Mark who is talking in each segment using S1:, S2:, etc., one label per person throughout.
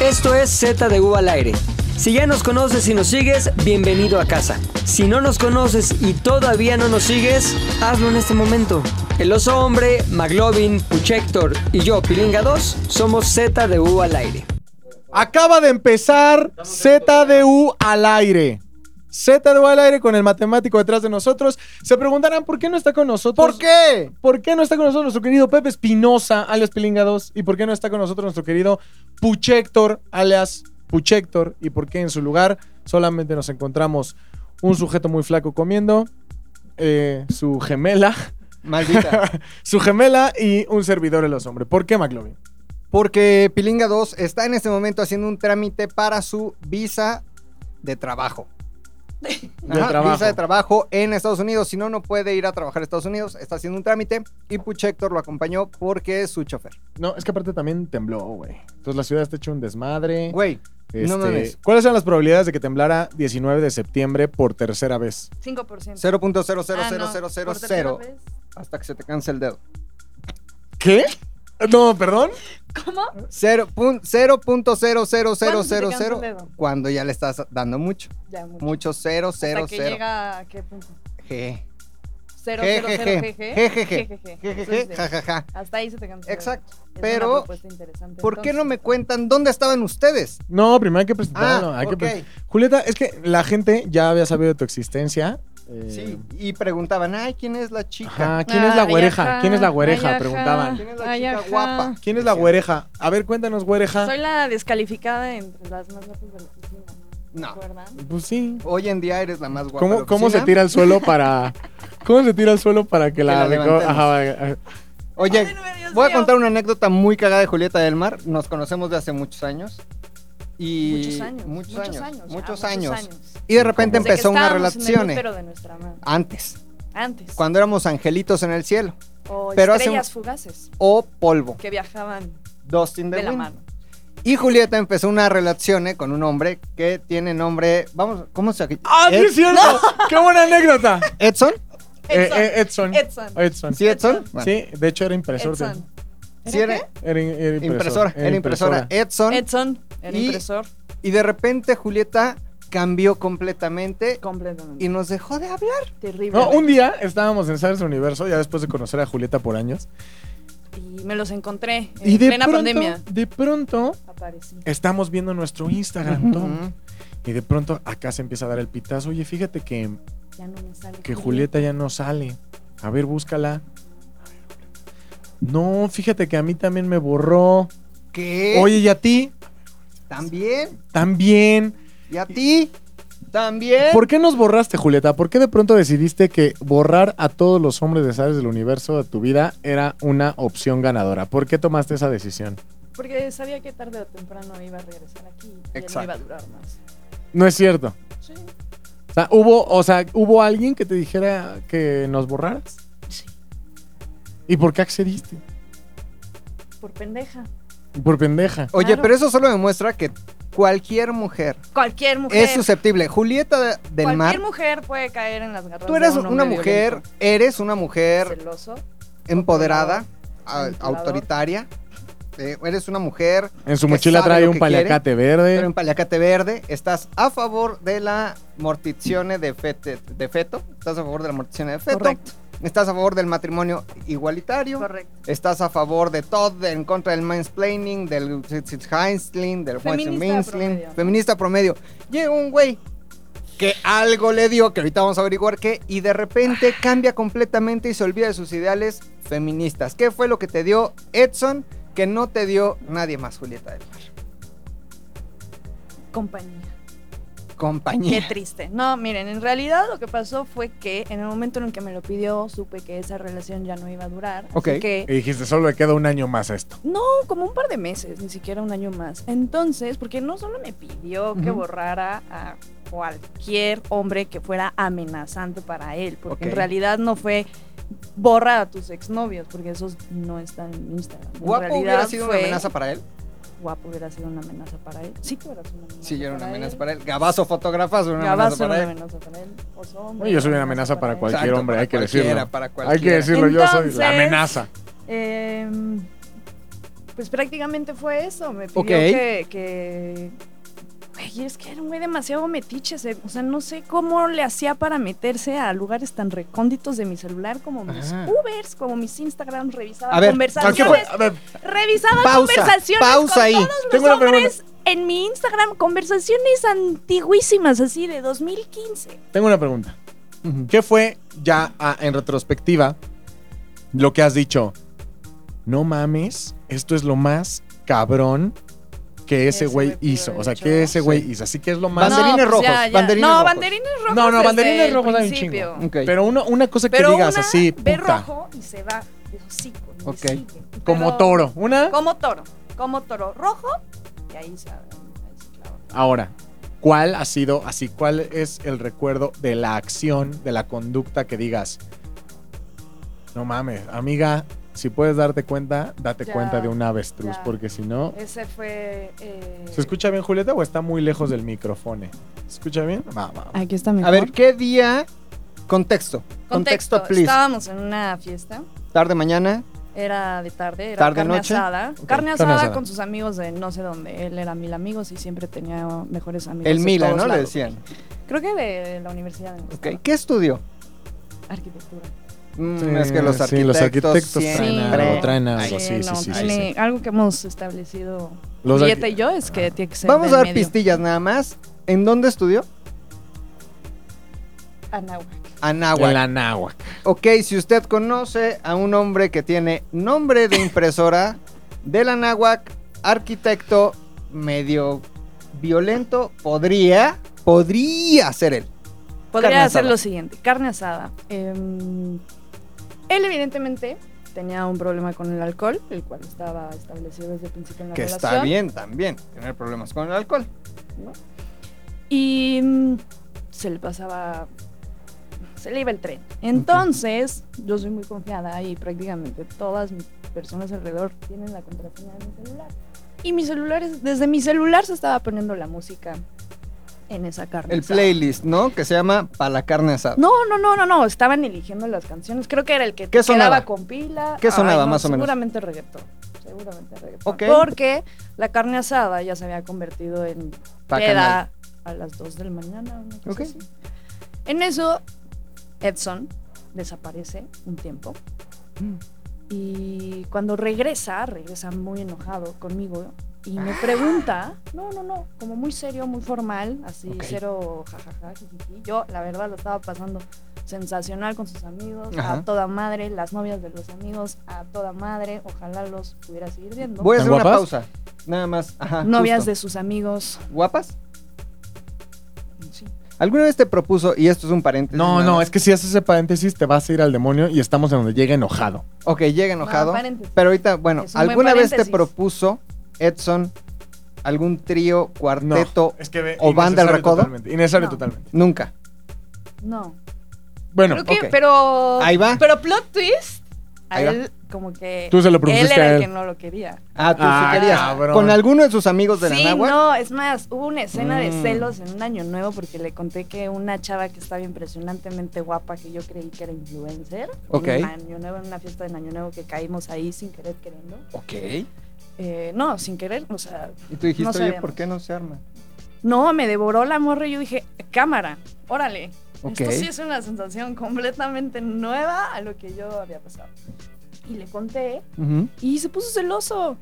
S1: Esto es Z de U al aire. Si ya nos conoces y nos sigues, bienvenido a casa. Si no nos conoces y todavía no nos sigues, hazlo en este momento. El oso hombre, Maglovin, Puchector y yo, Pilinga 2, somos Z de U al aire.
S2: Acaba de empezar ZDU al aire. ZDU al aire con el matemático detrás de nosotros. Se preguntarán por qué no está con nosotros.
S3: ¿Por qué?
S2: ¿Por qué no está con nosotros nuestro querido Pepe Espinosa, alias Pilinga 2? ¿Y por qué no está con nosotros nuestro querido Puchector, alias Puchector? ¿Y por qué en su lugar solamente nos encontramos un sujeto muy flaco comiendo, eh, su gemela,
S3: Maldita.
S2: su gemela y un servidor de los hombres? ¿Por qué, McLovin?
S3: Porque Pilinga 2 está en este momento haciendo un trámite para su visa de trabajo.
S2: De
S3: Ajá,
S2: trabajo.
S3: Visa de trabajo en Estados Unidos. Si no, no puede ir a trabajar a Estados Unidos. Está haciendo un trámite y Puchector lo acompañó porque es su chofer.
S2: No, es que aparte también tembló, güey. Entonces la ciudad está hecha un desmadre.
S3: Güey,
S2: Este,
S3: no mames.
S2: ¿Cuáles eran las probabilidades de que temblara 19 de septiembre por tercera vez?
S4: 5%. Ah,
S3: 0.00000 hasta que se te canse el dedo.
S2: ¿Qué? No, perdón.
S4: ¿Cómo?
S3: Cero pun- 0.00000
S4: ¿Cuándo se te cansa el dedo?
S3: cuando ya le estás dando mucho.
S4: Ya, mucho.
S3: Mucho cero,
S4: Hasta
S3: cero,
S4: que
S3: cero.
S4: llega a qué punto.
S3: Je.
S4: Cero,
S3: Je,
S4: cero,
S3: je,
S4: cero,
S3: je.
S4: jeje.
S3: Je, je, je.
S4: Jejeje.
S3: Je, je, je,
S4: Entonces,
S3: ja, ja, ja.
S4: Hasta ahí se te cansa.
S3: Exacto.
S4: Es una
S3: Pero,
S4: propuesta interesante.
S3: ¿Por qué no me
S4: Entonces,
S3: cuentan dónde estaban ustedes?
S2: No, primero hay que presentarlo.
S3: Ah,
S2: hay que
S3: ok.
S2: pre- Julieta, es que la gente ya había sabido de tu existencia. eh,
S3: Sí, y preguntaban, ay, ¿quién es la chica?
S2: Ajá, ¿quién es la
S4: Ah, Ay,
S2: güereja?
S4: ajá,
S2: ¿Quién es la güereja?
S4: ay, ajá.
S2: Preguntaban.
S3: ¿Quién es la
S4: Ay,
S3: chica
S4: ajá.
S3: guapa?
S2: ¿Quién es la güereja? A ver, cuéntanos, güereja.
S4: Soy la descalificada entre las más guapas de la oficina. ¿Se
S3: No,
S4: acuerdan?
S2: Pues sí.
S3: hoy en día eres la más guapa. de
S2: ¿Cómo,
S3: la
S2: cómo se
S3: oficina.
S2: tira al suelo para. ¿Cómo se tira al suelo para que la,
S3: la
S2: reco-
S3: levantemos.
S2: Ajá,
S3: Oye,
S4: Ay, no, Dios
S3: voy a
S4: mío.
S3: contar una anécdota muy cagada de Julieta del Mar. Nos conocemos de hace muchos años. Y
S4: Muchos años.
S3: Muchos, años.
S4: ya,
S3: muchos años.
S4: Desde
S3: Y de repente
S2: Desde
S4: que
S3: empezó una
S4: estábamos en el
S3: relación. eh,
S4: útero de nuestra madre.
S3: Antes,
S4: Antes.
S3: cuando éramos angelitos en el cielo.
S4: O
S3: pero hace un-
S4: estrellas fugaces
S3: O polvo.
S4: que viajaban
S3: Dustin
S4: de
S3: the
S4: la
S3: Wind.
S4: mano.
S3: Y Julieta empezó una relación eh, con un hombre que tiene nombre. Vamos, ¿cómo se
S2: ¡Ah, sí es cierto! ¡Qué buena anécdota!
S3: ¿Edson?
S2: Eh,
S4: Edson.
S2: eh, Edson.
S4: Edson.
S2: Edson.
S3: ¿Sí, Edson?
S4: Edson.
S3: Bueno,
S2: Sí, de hecho era impresor. de-
S4: Edson.
S3: sí era
S2: Era, in- era impresor,
S3: impresora. Era impresora. Edson.
S4: Edson, el
S3: Y-
S4: impresor.
S3: Y de repente Julieta cambió completamente
S4: Completamente.
S3: y nos dejó de hablar.
S4: Terrible.
S2: No, un día estábamos en Sabes Universo, ya después de conocer a Julieta por años.
S4: Y me los encontré en
S2: Y de
S4: plena
S2: pronto,
S4: pandemia.
S2: de pronto,
S4: Aparecí.
S2: estamos viendo nuestro Instagram, Tom.
S3: Ujú.
S2: Y de pronto acá se empieza a dar el pitazo. Oye, fíjate que,
S4: Ya no me sale.
S2: que
S4: Julieta.
S2: Julieta ya no sale. A ver, búscala. No, fíjate que a mí también me borró.
S3: ¿Qué?
S2: Oye, ¿y a ti?
S3: También.
S2: También.
S3: ¿Y a ti? También.
S2: ¿Por qué nos borraste, Julieta? ¿Por qué de pronto decidiste que borrar a todos los hombres de Sabes del Universo de tu vida era una opción ganadora? ¿Por qué tomaste esa decisión?
S4: Porque sabía que tarde o temprano iba a regresar aquí. Y ya no
S3: Exacto.
S4: iba a durar más.
S2: No es cierto.
S4: Sí.
S2: O sea, hubo, o sea, ¿hubo alguien que te dijera que nos borraras?
S4: Sí.
S2: ¿Y por qué accediste?
S4: Por pendeja.
S2: Por pendeja.
S3: Oye,
S4: Claro.
S3: pero eso solo demuestra que cualquier mujer,
S4: Cualquier mujer.
S3: es susceptible. Julieta de- del
S4: cualquier
S3: Mar,
S4: mujer puede caer en las garras
S3: tú eres
S4: de un
S3: una
S4: hombre
S3: mujer,
S4: violento,
S3: eres una mujer
S4: celoso.
S3: empoderada, a-
S4: Manipulador.
S3: autoritaria. eh, eres una mujer,
S2: En su
S3: que
S2: mochila
S3: sabe
S2: trae
S3: lo
S2: un
S3: que quiere,
S2: paliacate
S3: pero en
S2: verde.
S3: paliacate verde. Estás a favor de la mortizione de, fete- de feto. Estás a favor de la mortizione de feto.
S4: Correcto.
S3: Estás a favor del matrimonio igualitario.
S4: Correcto.
S3: Estás a favor de todo, en contra del mansplaining, del Heinzlin, del
S4: Feminista
S3: Weizenminzlin,
S4: promedio.
S3: feminista promedio. Llega un güey que algo le dio, que ahorita vamos a averiguar qué, y de
S4: Ah.
S3: repente cambia completamente y se olvida de sus ideales feministas. ¿Qué fue lo que te dio Edson que no te dio nadie más, Julieta del Mar?
S4: Compañía. Qué
S3: Compañía.
S4: triste. No, miren, en realidad lo que pasó fue que en el momento en el que me lo pidió, supe que esa relación ya no iba a durar. así
S3: Ok.
S4: que
S2: Y dijiste, solo le queda un año más a esto.
S4: No, como un par de meses, ni siquiera un año más. Entonces, porque no solo me pidió que
S3: Ujú.
S4: borrara a cualquier hombre que fuera amenazante para él, porque
S3: Ok.
S4: en realidad no fue borra a tus exnovios, porque esos no están en Instagram. En
S3: Guapo hubiera
S4: realidad
S3: sido
S4: fue-
S3: una amenaza para él.
S4: Guapo hubiera sido una amenaza para él. Sí, que hubiera sido una amenaza.
S3: Sí, yo era una
S4: para
S3: amenaza
S4: él.
S3: para él. Gabazo fotografas, una amenaza
S4: Gabazo
S3: para
S4: era una
S3: él.
S4: amenaza para él. Oso hombre
S2: Oye, yo soy
S4: era
S2: una amenaza para
S4: él.
S2: Cualquier hombre, hay que
S3: para cualquiera,
S2: decirlo.
S3: Para
S2: Hay que
S3: cualquiera.
S2: decirlo, yo soy la
S4: Entonces-
S2: amenaza.
S4: Em, pues prácticamente fue eso. Me pidió
S3: Ok.
S4: que. que- Güey, es que era un güey demasiado metiche. se- O sea, no sé cómo le hacía para meterse a lugares tan recónditos de mi celular como mis
S3: Ajá.
S4: Ubers, como mis Instagram. Revisaba
S3: A ver,
S2: ¿A qué fue?
S4: conversaciones.
S2: A ver,
S4: Revisaba
S3: Pausa,
S4: conversaciones.
S3: pausa
S4: con
S3: ahí.
S4: Todos los
S2: Tengo una pregunta.
S4: hombres en mi Instagram, conversaciones antiguísimas, así de 2015.
S2: tengo una pregunta. ¿Qué fue ya ah, en retrospectiva lo que has dicho? No mames, esto es lo más cabrón que ese
S4: Ese
S2: güey
S4: güey pudo
S2: hizo.
S4: haber
S2: O sea,
S4: hecho.
S2: que ese güey
S3: Sí.
S2: hizo. Así que es lo más.
S3: Banderines
S4: No, pues
S3: rojos,
S4: ya, ya.
S3: banderines
S4: No,
S3: rojos.
S4: banderines rojos.
S2: No, no,
S4: desde
S2: banderines
S4: el
S2: rojos hay un
S4: principio.
S3: Ok.
S2: Pero una, una cosa que
S4: Pero
S2: digas
S4: una
S2: así,
S4: ve
S2: puta,
S4: rojo y se va de hocico. y le
S3: Ok.
S4: sigue.
S2: como
S4: Pero-
S2: toro. Una.
S4: Como toro. Como toro rojo y ahí se abre, ahí se clava.
S2: Ahora, ¿cuál ha sido así? ¿Cuál es el recuerdo de la acción, de la conducta que digas? No mames, amiga, si puedes darte cuenta, date
S4: Ya,
S2: cuenta de un avestruz,
S4: ya.
S2: porque si no.
S4: Ese fue. eh,
S2: ¿Se escucha bien, Julieta, o está muy lejos del micrófono? ¿Se escucha bien? Va, va, va.
S4: Aquí está mi
S3: A ver, ¿qué día? Contexto. Contexto, please.
S4: Estábamos en una fiesta.
S3: Tarde, mañana.
S4: Era de tarde, era
S3: ¿Tarde,
S4: carne
S3: noche?
S4: asada.
S3: Ok,
S4: Carne
S2: carne
S4: asada.
S2: asada.
S4: con sus amigos de no sé dónde. Él era mil amigos y siempre tenía mejores amigos.
S3: El
S4: de
S3: Mila,
S4: todos
S3: ¿no? Le
S4: lados.
S3: decían.
S4: Creo que de la universidad. donde
S3: Ok,
S4: estaba.
S3: ¿Qué estudió?
S4: Arquitectura.
S3: Mm,
S2: Sí,
S3: es que los arquitectos,
S2: sí, los arquitectos
S3: siempre-
S2: traen algo, traen algo, sí, sí,
S4: no,
S2: sí, sí,
S4: tiene
S2: sí.
S4: Algo que hemos establecido
S2: Los de-
S4: Julieta y yo es que tiene que ser
S3: Vamos
S4: del
S3: a dar
S4: medio.
S3: pistillas nada más. ¿En dónde estudió?
S4: Anáhuac.
S3: Anáhuac.
S2: En la náhuac.
S3: Ok, si usted conoce a un hombre que tiene nombre de impresora del Anáhuac, arquitecto medio violento, podría, podría ser él.
S4: Podría
S3: Carne
S4: hacer
S3: asada.
S4: lo siguiente, carne asada. Em, él evidentemente tenía un problema con el alcohol, el cual estaba establecido desde el principio en la
S3: Que
S4: relación.
S3: está bien también tener problemas con el alcohol.
S4: Y mm, se le pasaba, se le iba el tren. Entonces, yo soy muy confiada y prácticamente todas mis personas alrededor tienen la contraseña de mi celular. Y mi celular, es- desde mi celular se estaba poniendo la música en esa carne
S3: El
S4: asada.
S3: playlist, ¿no? Que se llama Pa' la carne asada.
S4: No, no, no, no, no. Estaban eligiendo las canciones. Creo que era el que
S3: ¿Qué
S4: te
S3: sonaba?
S4: quedaba con pila.
S3: ¿Qué sonaba,
S4: no,
S3: más o menos?
S4: Seguramente reggaetón. Seguramente reggaetón.
S3: Ok.
S4: Porque la carne asada ya se había convertido en
S3: Bacanal.
S4: queda a las 2 de la mañana. una cosa
S3: Ok.
S4: así. En eso, Edson desaparece un tiempo. Y cuando regresa, regresa muy enojado conmigo y
S3: Ah.
S4: me pregunta, no, no, no, como muy serio, muy formal, así
S3: Ok.
S4: cero jajaja, jijiji. Yo, la verdad, lo estaba pasando sensacional con sus amigos,
S3: Ajá.
S4: a toda madre, las novias de los amigos, a toda madre, ojalá los pudiera seguir viendo.
S3: Voy a hacer
S2: ¿Están
S3: una
S2: guapas?
S3: pausa. Nada más. Ajá,
S4: Novias
S3: justo.
S4: de sus amigos.
S3: ¿Guapas?
S4: Sí.
S3: ¿Alguna vez te propuso, y esto es un paréntesis?
S2: No,
S3: nada
S2: no,
S3: más.
S2: es que si haces ese paréntesis te vas a ir al demonio y estamos en donde llega enojado.
S3: Ok, llega enojado.
S4: No, paréntesis.
S3: Pero ahorita, bueno,
S4: Es un buen
S3: ¿alguna vez te
S4: paréntesis.
S3: propuso Edson algún trío, cuarteto?
S2: es que ve-
S3: o van del
S2: innecesario
S3: recodo.
S2: Totalmente, innecesario
S4: No.
S2: totalmente.
S3: Nunca.
S4: No.
S2: Bueno,
S4: Creo que,
S3: ok.
S4: pero.
S3: Ahí va.
S4: Pero plot twist. A
S3: Ahí va.
S4: él, como que.
S2: Tú se lo
S4: él
S2: propusiste
S4: era
S2: a
S4: el
S2: él.
S4: que no lo quería.
S3: Ah, tú
S2: Ah,
S3: sí querías.
S2: cabrón.
S3: ¿Con alguno de sus amigos de la
S4: Sí,
S3: náhuatl?
S4: no, es más, hubo una escena de
S3: Mm.
S4: celos en un año nuevo porque le conté que una chava que estaba impresionantemente guapa, que yo creí que era influencer,
S3: Ok.
S4: en un año nuevo, en una fiesta de año nuevo que caímos ahí sin querer queriendo.
S3: Ok.
S4: Eh, no, sin querer, o sea,
S3: Y tú dijiste,
S4: No
S3: oye,
S4: sabíamos.
S3: ¿por qué no se arma?
S4: no, me devoró la morra y yo dije, cámara, órale.
S3: Ok.
S4: Esto sí es una sensación completamente nueva a lo que yo había pasado. Y le conté
S3: Ujú.
S4: Y se puso celoso.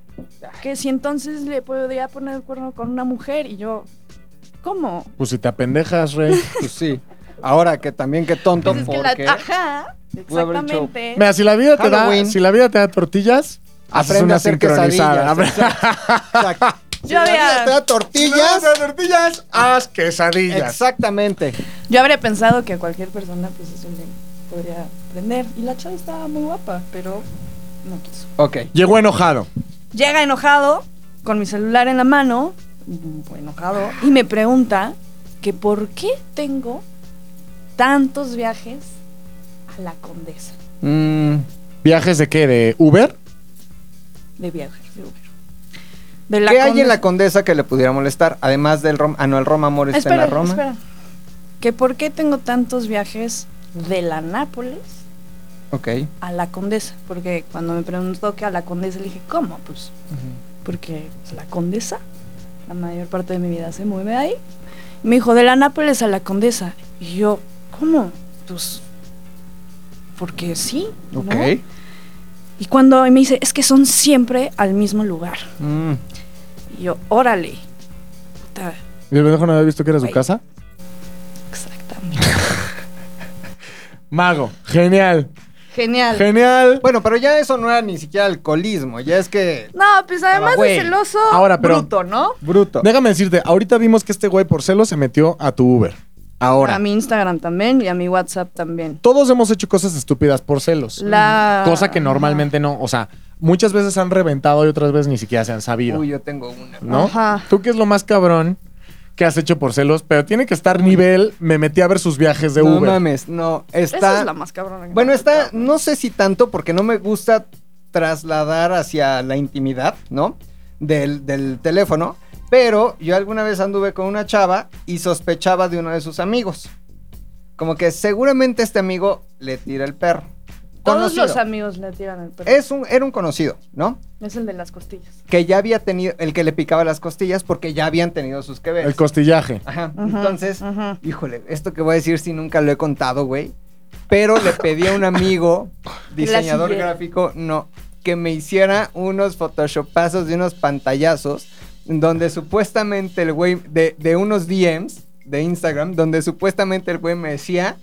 S4: Que si entonces le podría poner el cuerno con una mujer. Y yo, ¿cómo?
S2: pues si te apendejas, rey.
S3: Pues sí. Ahora que también, qué tonto,
S4: Pues es que la-
S3: porque
S4: Ajá,
S3: Pude haber hecho-
S4: exactamente.
S2: Mira, si la vida te
S3: Halloween.
S2: da, si la vida te da tortillas, haces
S3: Aprende a
S2: una
S3: hacer
S2: sincronizada.
S3: quesadillas, Exacto. Si la
S4: había-
S3: vida te da tortillas.
S2: tortillas, haz quesadillas.
S3: Exactamente.
S4: Yo habría pensado que cualquier persona, pues eso le podría aprender. Y la chava estaba muy guapa, pero no quiso.
S3: Ok.
S2: Llegó enojado.
S4: Llega enojado, con mi celular en la mano, mm, enojado, y me pregunta que por qué tengo tantos viajes a la condesa
S3: Mm,
S2: ¿Viajes de qué? ¿De Uber?
S4: de viajes de Uber. De la
S3: ¿Qué hay en
S4: Condesa.
S3: la condesa que le pudiera molestar? Además del Rom. Ah, no, el Roma Amor está
S4: espera,
S3: en la Roma.
S4: espera. ¿Que por qué tengo tantos viajes de la Nápoles
S3: Ok.
S4: a la condesa, porque cuando me preguntó que a la condesa, le dije, ¿cómo? Pues porque pues, la condesa, la mayor parte de mi vida se mueve ahí. Y me dijo, de la Nápoles a la condesa. Y yo, ¿cómo? Pues porque sí. ¿no?
S3: Ok.
S4: Y cuando y me dice, es que son siempre al mismo lugar.
S3: Mm.
S4: Y yo, órale. Puta,
S2: ¿Y el pendejo no había visto que era su
S4: Ay.
S2: casa?
S4: exactamente.
S2: Mago. Genial.
S4: Genial.
S2: Genial.
S3: Bueno, pero ya eso no era ni siquiera alcoholismo, ya es que
S4: no, pues además
S3: güey.
S4: de celoso,
S2: Ahora, pero-
S4: bruto, ¿no?
S3: bruto.
S2: Déjame decirte, ahorita vimos que este güey por celo se metió a tu Uber.
S3: Ahora.
S4: A mi Instagram también y a mi WhatsApp también.
S2: Todos hemos hecho cosas estúpidas por celos.
S4: La...
S2: Cosa que normalmente no. O sea, muchas veces han reventado y otras veces ni siquiera se han sabido.
S3: Uy, yo tengo una.
S2: ¿No?
S4: Ajá.
S2: ¿Tú qué es lo más cabrón que has hecho por celos? Pero tiene que estar nivel. Me metí a ver sus viajes de
S3: no
S2: Uber.
S3: mames, no. Está.
S4: Esa es la más cabrona. que
S3: Bueno,
S4: me ha
S3: está,
S4: tocado.
S3: no sé si tanto porque no me gusta trasladar hacia la intimidad, ¿no? Del, del teléfono. Pero yo alguna vez anduve con una chava y sospechaba de uno de sus amigos. Como que seguramente este amigo le tira el perro.
S4: Todos los
S3: Conocido.
S4: amigos le tiran el perro. Es,
S3: es un, era un conocido, ¿no?
S4: el de las costillas.
S3: Que ya había tenido, el que le picaba las costillas porque ya habían tenido sus que
S2: El costillaje.
S3: Ajá.
S4: Ujú,
S3: Entonces,
S4: ujú.
S3: Híjole, esto que voy a decir si nunca lo he contado, güey. Pero le pedí a un amigo, diseñador
S4: siguiera.
S3: gráfico, no, que me hiciera unos photoshopazos de unos pantallazos donde supuestamente el güey, de, de unos DMs de Instagram, donde supuestamente el güey me decía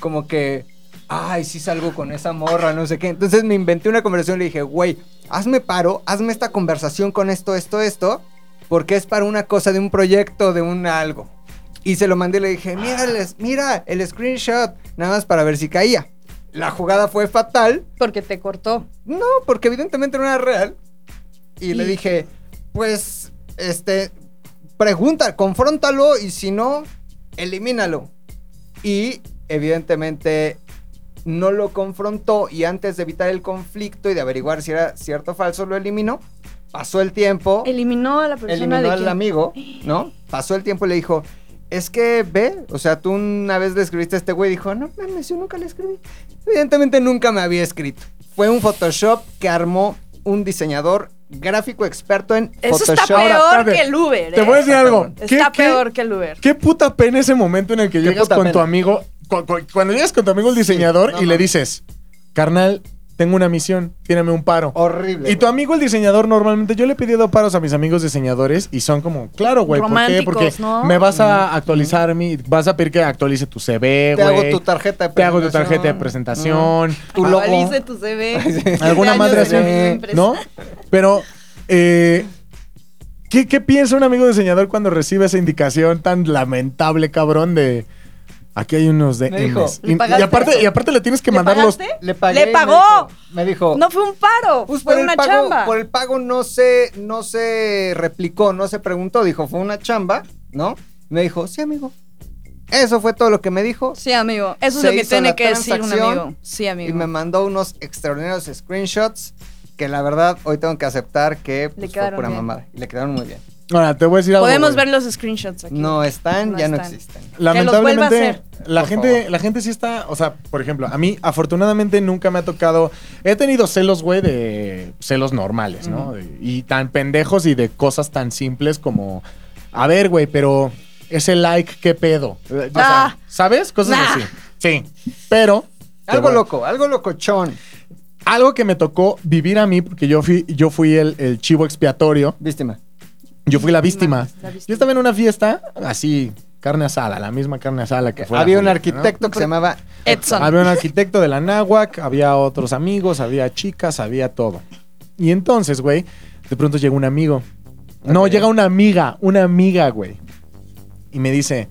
S3: como que, ay, sí salgo con esa morra, no sé qué. Entonces me inventé una conversación y le dije, güey, hazme paro, hazme esta conversación con esto, esto, esto, porque es para una cosa de un proyecto, de un algo. Y se lo mandé y le dije, mira el, es- mira el screenshot, nada más para ver si caía. La jugada fue fatal,
S4: Porque te cortó.
S3: no, porque evidentemente no era real. Y le
S4: Y-
S3: dije, pues, este, pregunta, confróntalo y si no, elimínalo. Y evidentemente no lo confrontó y antes de evitar el conflicto y de averiguar si era cierto o falso, lo eliminó. Pasó el tiempo
S4: Eliminó a la persona Pues de
S3: eliminó al
S4: quien-
S3: amigo, ¿no? Pasó el tiempo y le dijo, es que ve, o sea, tú una vez le escribiste a este güey, dijo, no mames, yo nunca le escribí. Evidentemente nunca me había escrito. Fue un Photoshop que armó un diseñador gráfico experto en
S4: Eso
S3: Photoshop.
S4: está
S2: Ahora,
S4: peor
S2: tarde.
S4: que el Uber.
S2: Te
S4: ¿eh?
S2: voy a decir algo. ¿Qué-
S4: Está
S2: qué-
S4: peor que el Uber.
S2: Qué puta pena ese momento en el que llegas
S3: puta
S2: con
S3: pena.
S2: tu amigo, cu- cu- cuando llegas con tu amigo el diseñador
S3: no
S2: y le
S3: mames.
S2: dices, carnal, tengo una misión, tírame un paro.
S3: Horrible.
S2: Y tu
S3: güey.
S2: amigo el diseñador, normalmente yo le he pedido paros a mis amigos diseñadores y son como, claro, güey, ¿por qué?
S4: Románticos,
S2: Porque
S4: ¿no?
S2: me vas a actualizar mi, vas a pedir que actualice tu CV,
S3: te hago
S2: güey.
S3: tu tarjeta de
S2: Te hago tu tarjeta de
S3: Mm.
S2: presentación.
S3: Tu logo.
S4: Actualice tu CV. Veinte
S2: Alguna
S4: años
S2: madre
S4: en la misma
S2: así,
S4: empresa.
S2: ¿no? Pero, eh, ¿qué, qué piensa un amigo diseñador cuando recibe esa indicación tan lamentable, cabrón, de aquí hay unos de
S3: Me dijo,
S2: M's"?
S4: ¿le
S2: Y, y
S4: pagaste?
S2: aparte, y aparte le tienes que
S4: ¿Le
S2: mandar los...
S4: pagaste?
S3: Mm. Le pagué. y
S4: ¡Le
S3: me
S4: pagó!
S3: dijo- Me dijo,
S4: No fue un paro,
S3: Pues
S4: fue
S3: por
S4: una
S3: el pago,
S4: chamba.
S3: Por el pago no se, no se replicó, no se preguntó, dijo, fue una chamba, ¿no? Me dijo, sí, amigo. Eso fue todo lo que me dijo.
S4: Sí, amigo. Eso es
S3: Se
S4: lo que
S3: hizo la
S4: tiene que decir un
S3: transacción
S4: amigo. Sí,
S3: Y
S4: amigo.
S3: me mandó unos extraordinarios screenshots que la verdad hoy tengo que aceptar que pues, fue
S4: quedaron
S3: pura
S4: bien.
S3: mamada. Y le quedaron muy bien.
S2: Ahora, te voy a decir algo.
S4: Podemos
S2: güey.
S4: ver los screenshots Pues aquí.
S3: No están,
S4: No
S3: ya no
S4: están.
S3: existen.
S4: vuelva a
S2: Lamentablemente,
S4: hacer.
S2: la
S3: Por
S2: gente,
S3: favor.
S2: la gente sí está, o sea, por ejemplo, a mí afortunadamente nunca me ha tocado, he tenido celos, güey, de celos normales, ¿no? De- Y tan pendejos y de cosas tan simples como, a ver, güey, pero ese like, ¿qué pedo? Eh, o sea,
S4: Ah.
S2: ¿Sabes? Cosas
S4: Ah.
S2: así. Sí, pero... te
S3: Algo
S2: voy-
S3: loco, algo locochón.
S2: Algo que me tocó vivir a mí, porque yo fui, yo fui el, el chivo expiatorio,
S3: Víctima.
S2: yo fui la víctima.
S4: La víctima.
S2: Yo estaba en una fiesta así, carne asada, la misma carne asada
S4: Eh,
S2: que fue. la
S3: Había un
S2: Julieta, ¿no?
S3: arquitecto que se llamaba
S4: Edson.
S2: Había un arquitecto de la náhuac, había otros amigos, había chicas, había todo. Y entonces, güey, de pronto llega un amigo. No,
S3: Ok.
S2: llega una amiga, una amiga, güey. Y me dice,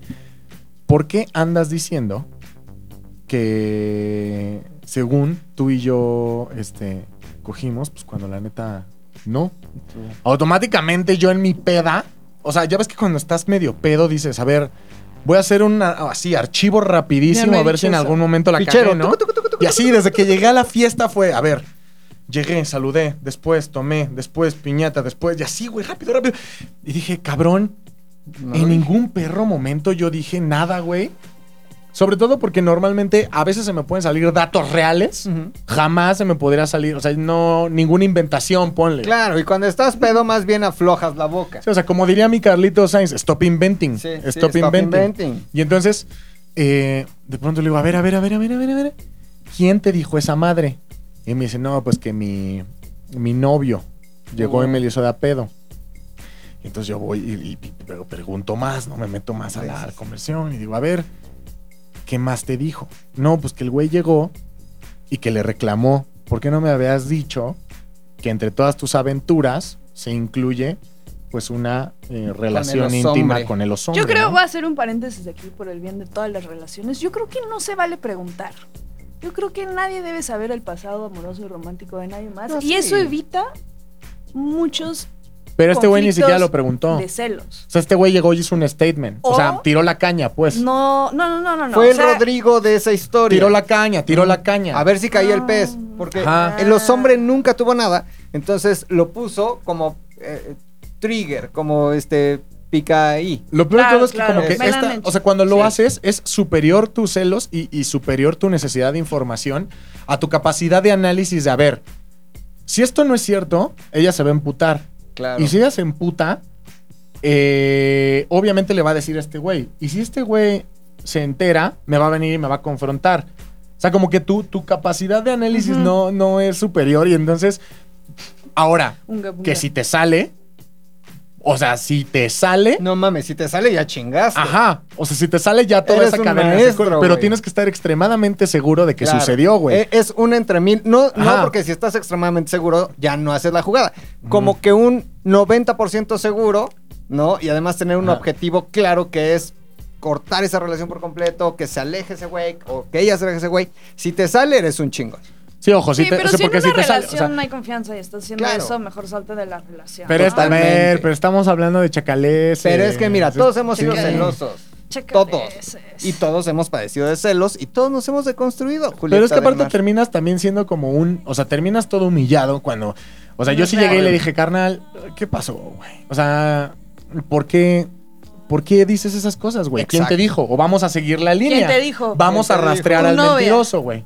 S2: ¿por qué andas diciendo que según tú y yo este, cogimos, pues cuando la neta no? Automáticamente yo en mi peda, o sea, ya ves que cuando estás medio pedo dices, a ver, voy a hacer un así archivo
S4: Ya
S2: rapidísimo
S4: me
S2: a
S4: he
S2: ver
S4: dicho
S2: si en
S4: eso.
S2: algún momento la
S3: Pichero.
S2: cagué, ¿no?
S3: Tucu, tucu, tucu, tucu.
S2: Y así, desde que llegué a la fiesta fue, a ver, llegué, saludé, después tomé, después piñata, después, y así, güey, rápido, rápido. Y dije, cabrón,
S3: No.
S2: en ningún perro momento yo dije nada, güey, Sobre todo porque normalmente a veces se me pueden salir datos reales.
S3: Ujú.
S2: Jamás se me podría salir, o sea, no ninguna inventación, ponle.
S3: Claro, y cuando estás pedo, más bien aflojas la boca.
S2: Sí, o sea, como diría mi Carlito Sainz, stop inventing.
S3: Sí, sí,
S2: stop,
S3: stop
S2: inventing.
S3: inventing.
S2: Y entonces, eh, de pronto le digo, a ver, a ver, a ver, a ver, a ver, a ver. ¿Quién te dijo esa madre? Y me dice, no, pues que mi, mi novio llegó y me le hizo de a pedo. Y entonces yo voy y, y- y pre- pregunto más, no me meto más a
S3: Sí,
S2: la
S3: sí, sí.
S2: conversión y digo, a ver, ¿qué más te dijo? No, pues que el güey llegó y que le reclamó, ¿por qué no me habías dicho que entre todas tus aventuras se incluye pues una eh, relación íntima
S3: hombre.
S2: con el oso?
S4: Yo
S2: hombre,
S4: creo,
S2: ¿no?
S4: voy a hacer un paréntesis aquí por el bien de todas las relaciones. Yo creo que no se vale preguntar. Yo creo que nadie debe saber el pasado amoroso y romántico de nadie más.
S3: No,
S4: y
S3: sí.
S4: eso evita muchos
S2: Pero este güey ni
S4: conflictos
S2: siquiera lo preguntó.
S4: de celos.
S2: O sea, este güey llegó y hizo un statement. O,
S4: O-
S2: sea, tiró la caña, pues.
S4: No, no, no, no, no. no.
S3: Fue
S4: O
S3: el
S4: sea,
S3: Rodrigo de esa historia.
S2: Tiró la caña, tiró la caña.
S3: A ver si caía
S4: Ah.
S3: el pez. Porque
S2: Ajá.
S3: el los hombres nunca tuvo nada. Entonces lo puso como eh, trigger, como este pica ahí.
S2: Lo peor de
S4: Claro,
S2: todo es que
S4: claro,
S2: como que
S4: me lo han
S2: esta,
S4: hecho.
S2: o sea, cuando lo
S3: Sí.
S2: haces es superior tus celos y, y superior tu necesidad de información a tu capacidad de análisis de, a ver, si esto no es cierto, ella se va a emputar.
S3: Claro.
S2: Y si ella se emputa, eh, obviamente le va a decir a este güey. Y si este güey se entera, me va a venir y me va a confrontar. O sea, como que tú, tu capacidad de análisis
S4: Ujú.
S2: no, no es superior. Y entonces, ahora,
S4: unga, unga.
S2: que si te sale, o sea, si te sale,
S3: No mames, si te sale ya chingaste.
S2: ajá. O sea, si te sale ya toda
S3: Eres
S2: esa
S3: un
S2: cadena. de
S3: maestro,
S2: recuerdos, pero
S3: güey.
S2: tienes que estar extremadamente seguro de que
S3: Claro.
S2: sucedió, güey.
S3: Eh, Es un entre mil. No, no,
S2: Ajá.
S3: porque si estás extremadamente seguro, ya no haces la jugada. Como
S2: Ujú.
S3: que un 90% seguro, ¿no? Y además tener un
S2: Ajá.
S3: objetivo claro que es cortar esa relación por completo, que se aleje ese güey, o que ella se aleje ese güey. Si te sale, eres un chingón.
S2: sí, ojo, sí,
S4: Sí,
S2: te,
S4: pero
S2: o sea,
S4: si en
S2: porque
S4: una
S2: si te
S4: relación
S2: sale. o sea,
S4: no hay confianza y estás haciendo
S3: Claro.
S4: eso, mejor salte de la relación.
S2: pero, esta-
S3: Totalmente.
S2: ver, pero estamos hablando de chacales. eh,
S3: Pero es que mira, todos hemos
S4: sí,
S3: sido
S4: sí.
S3: celosos.
S4: Chécale,
S3: Todos.
S4: ese es.
S3: Y todos hemos padecido de celos y todos nos hemos deconstruido.
S2: Pero es
S3: Julieta
S2: que aparte
S3: del Mar.
S2: terminas también siendo como un. O sea, terminas todo humillado cuando. O sea, yo
S4: No,
S2: sí
S4: claro.
S2: llegué y le dije, carnal, ¿qué pasó, güey? O sea, ¿por qué, ¿por qué dices esas cosas, güey? ¿Quién te
S3: Exacto.
S2: dijo? O vamos a seguir la línea.
S4: ¿Quién te dijo?
S2: Vamos
S3: ¿Quién
S2: a
S3: te dijo?
S2: rastrear
S4: Tu
S2: al
S4: novia.
S2: mentiroso, güey.